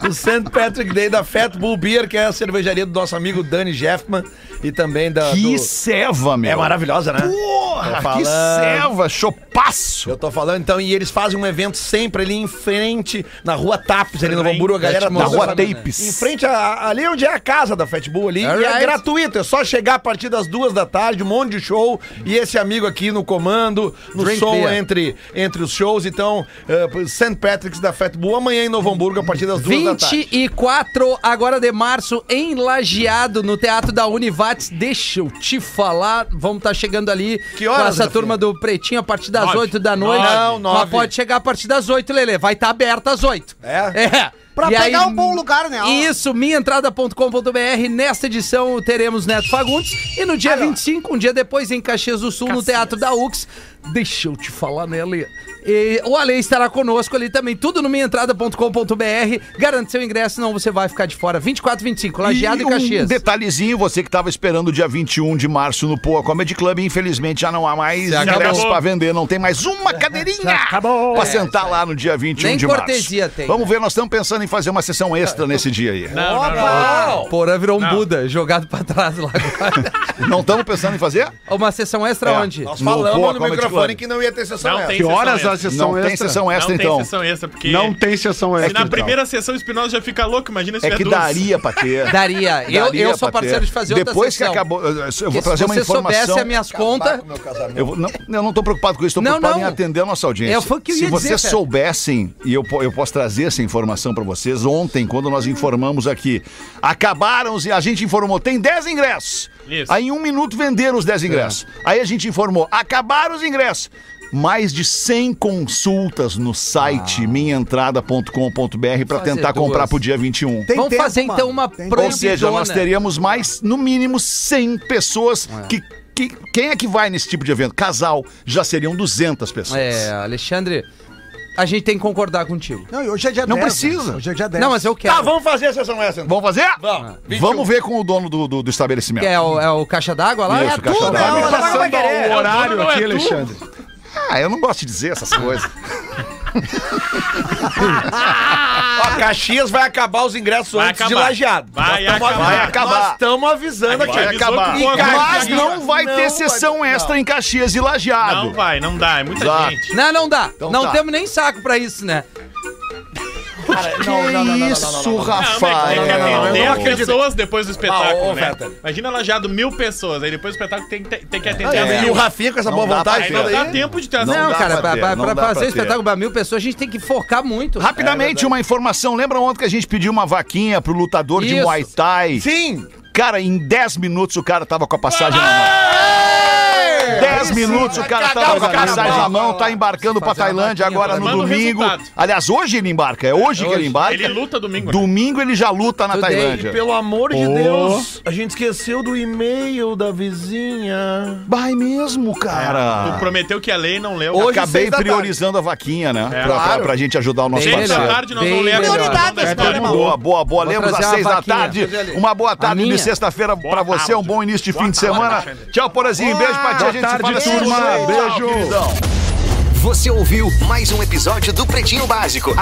F: do St. Patrick Day da Fat Bull Beer, que é a cervejaria do nosso amigo Danny Jeffman e também da.
E: Que
F: do-
E: ceva, meu.
F: É maravilhosa, né?
E: Porra,
F: Tô
E: que
F: falando.
E: ceva, chopaço.
F: Eu tô falando, então, e eles fazem um evento sempre ali em frente, na rua Tapes, ali no Hamburgo, a galera
E: Na
F: toda
E: Rua
F: sabe?
E: Tapes.
F: Em frente, a- ali onde é a casa da Fat Bull ali, e é
G: Alright.
F: gratuito, é só chegar a partir das duas da tarde, um monte de show, e esse amigo aqui no comando, no
G: Drink
F: som
G: beer.
F: entre, entre os shows, então, eh, St. Patrick's da Fat Bull, amanhã em Novo Hamburgo, a partir das duas da tarde.
G: 24 agora de março em Lajeado, no Teatro da Univates. Deixa eu te falar, vamos estar chegando ali
F: Que horas,
G: com essa
F: Rafinha?
G: turma do Pretinho a partir das
H: Nove.
G: 8 da noite.
F: Não, nove.
G: Mas pode chegar a partir das 8, Lele, vai estar aberta às 8.
F: É?
G: É.
J: Pra
G: E
J: pegar
G: aí,
J: um bom lugar, né?
G: Isso, minhaentrada.com.br. Nesta edição teremos Neto Fagundes. E no dia 25, um dia depois, em Caxias do Sul, no Teatro da UX. Deixa eu te falar, né, Ale? E o Ale estará conosco ali também. Tudo no minhaentrada.com.br. Garante seu ingresso, senão você vai ficar de fora. 24, 25, Lajeado e,
E: um
G: Caxias.
E: detalhezinho, você que estava esperando o dia 21 de março no Poa Comedy Club, infelizmente já não há mais
G: Já
E: ingressos
H: acabou.
E: para vender, não tem mais (laughs) uma cadeirinha
K: acabou.
E: para sentar lá no dia 21
G: Nem
E: de
G: cortesia
E: março.
G: tem.
E: Vamos ver, nós estamos pensando em fazer uma sessão extra nesse dia aí.
H: Não, não, não.
G: Porã virou um
H: Não.
G: Buda, jogado pra trás lá agora.
E: Não estamos pensando em fazer?
G: Uma sessão extra
E: É,
G: onde?
F: Nós
E: No Boa
F: falamos no
E: Comedy
F: microfone
E: Club.
F: que não ia ter sessão
H: Não
F: essa.
H: tem
I: Que horas a
H: extra.
I: sessão
E: não tem
I: extra?
E: sessão extra,
H: não
E: então.
H: tem sessão extra, porque
I: Não tem sessão
H: se
I: extra.
H: É na
I: então.
H: primeira sessão o Espinosa já fica louco, imagina se
E: É
H: tiver
E: que
H: duas.
E: daria para ter.
G: Daria. (laughs) Eu, eu sou parceiro de fazer outra
E: Depois que
G: sessão.
E: acabou, eu vou
G: Porque
E: trazer
G: se
E: uma
G: você soubesse
E: informação.
G: as minhas contas,
E: Eu, vou- não, eu não tô preocupado com isso, tô
G: Não,
E: preocupado
G: não.
E: em atender a nossa audiência.
G: É, foi o que eu
E: Se
G: ia dizer,
E: vocês
G: Fer.
E: soubessem, e eu, po- eu posso trazer essa informação para vocês, ontem, quando nós informamos aqui, acabaram se a gente informou, tem 10 ingressos.
H: Isso.
E: Aí em um minuto venderam os
G: É.
E: 10 ingressos. Aí a gente informou, acabaram os ingressos. Mais de 100 consultas no site minhaentrada.com.br para
G: Ah. Fazer
E: tentar comprar
G: duas.
E: pro dia 21.
J: Tem
G: vamos
J: tempo,
G: fazer
J: mano.
G: então uma
J: Tem
G: proibidona.
E: Ou seja, nós teríamos mais, no mínimo, 100 pessoas que, que- Quem é que vai nesse tipo de evento? Casal, já seriam 200 pessoas.
G: É, Alexandre, a gente tem que concordar contigo.
J: Não, e hoje é dia
E: Não
J: 10,
E: precisa.
J: né? Hoje é dia 10.
G: Não, mas eu quero.
F: Tá, vamos fazer a sessão essa. então.
E: Vamos fazer?
F: Vamos. um.
H: um.
E: Vamos ver com o dono do, do- do estabelecimento.
G: Que é o, é o caixa d'água lá?
E: Isso,
G: é
E: caixa
G: tudo,
E: d'água.
G: é uma
F: Relação
G: relação
F: ao
G: da-
H: É o dono,
I: Horário
H: não é
I: aqui,
H: tu?
I: Alexandre.
E: Ah, eu não gosto de dizer essas coisas.
F: Ó, Caxias vai acabar os ingressos
H: Vai
F: antes de
H: acabar.
F: lajeado.
H: Vai
F: Nós tamo
H: acabar.
F: avisando.
E: Vai acabar.
F: Nós estamos avisando
H: Vai
F: aqui.
H: avisou que o
F: Caxias-
E: Mas não vai
F: Não
E: ter
F: é vai-
E: sessão extra em Caxias e Lajeado.
H: Não vai, não dá, é muita
E: Exato.
H: gente.
G: Não, não dá.
E: Então
G: não
E: tá.
G: temos nem saco pra isso, né?
E: Que isso, Rafael?
H: Não, mas é assim? tem que atender
F: é, não
H: as
F: acredito.
H: pessoas depois do espetáculo,
F: Ah, ô,
H: né?
F: Feta.
H: Imagina lajeado mil pessoas, aí depois do espetáculo tem, que te- tem que atender
F: E
H: as
F: o- E o
H: mil.
F: Rafinha com essa
E: Não
F: boa
E: dá
F: vontade
H: Aí não
E: pra
F: toda
H: dá
F: aí.
H: tempo de trazer.
G: Não,
E: dá
G: cara,
E: pra
G: pra,
E: ter,
G: pra-
E: não
G: pra
E: dá pra
G: fazer
E: ter.
G: espetáculo pra mil pessoas, a gente tem que focar muito.
F: É
E: Rapidamente, uma informação. Lembra ontem que a gente pediu uma vaquinha pro lutador de
G: Isso.
E: Muay Thai?
F: Sim.
E: Cara, em 10 minutos o cara tava com a passagem na mão. 10 minutos o cara
F: cagar
E: tava
F: o
E: com a
F: cara
E: passagem
F: mal.
E: na mão, tá embarcando pra
G: Fazer uma
E: Tailândia
G: vaquinha
E: agora
G: pra
E: no
H: Manda o
E: domingo.
H: resultado.
E: Aliás, hoje ele embarca, é hoje que ele embarca.
H: Ele luta domingo, né?
E: Domingo ele já luta na
G: Today,
E: Tailândia.
F: Pelo amor de Deus, a gente esqueceu do e-mail da vizinha.
E: Vai mesmo,
H: Tu
E: cara.
H: prometeu que a lei não leu.
F: Hoje,
E: Acabei
F: seis da tarde.
E: priorizando a vaquinha, né? Pra, pra-
F: Claro.
E: pra gente ajudar o nosso
G: Bem
H: Seis da
E: parceiro.
G: melhor.
H: tarde nós
G: Bem
H: não lemos.
G: melhor.
H: Não
F: né?
H: lembra da história.
E: Boa, boa, boa. Lemos
G: trazer
E: às
G: uma
E: seis da
G: vaquinha.
E: tarde.
G: Fazer ali.
E: Uma boa tarde de
G: minha.
E: sexta-feira pra
H: Boa
E: você. Um
H: tarde.
E: bom início de
H: Boa
E: fim de
H: tarde,
E: semana.
H: Alexandre.
E: Tchau, Porazinho. Beijo pra ti. A gente se
I: tarde,
E: fala segunda.
I: turma.
E: Tchau,
I: Beijo.
E: queridão.
B: Você ouviu mais um episódio do Pretinho Básico.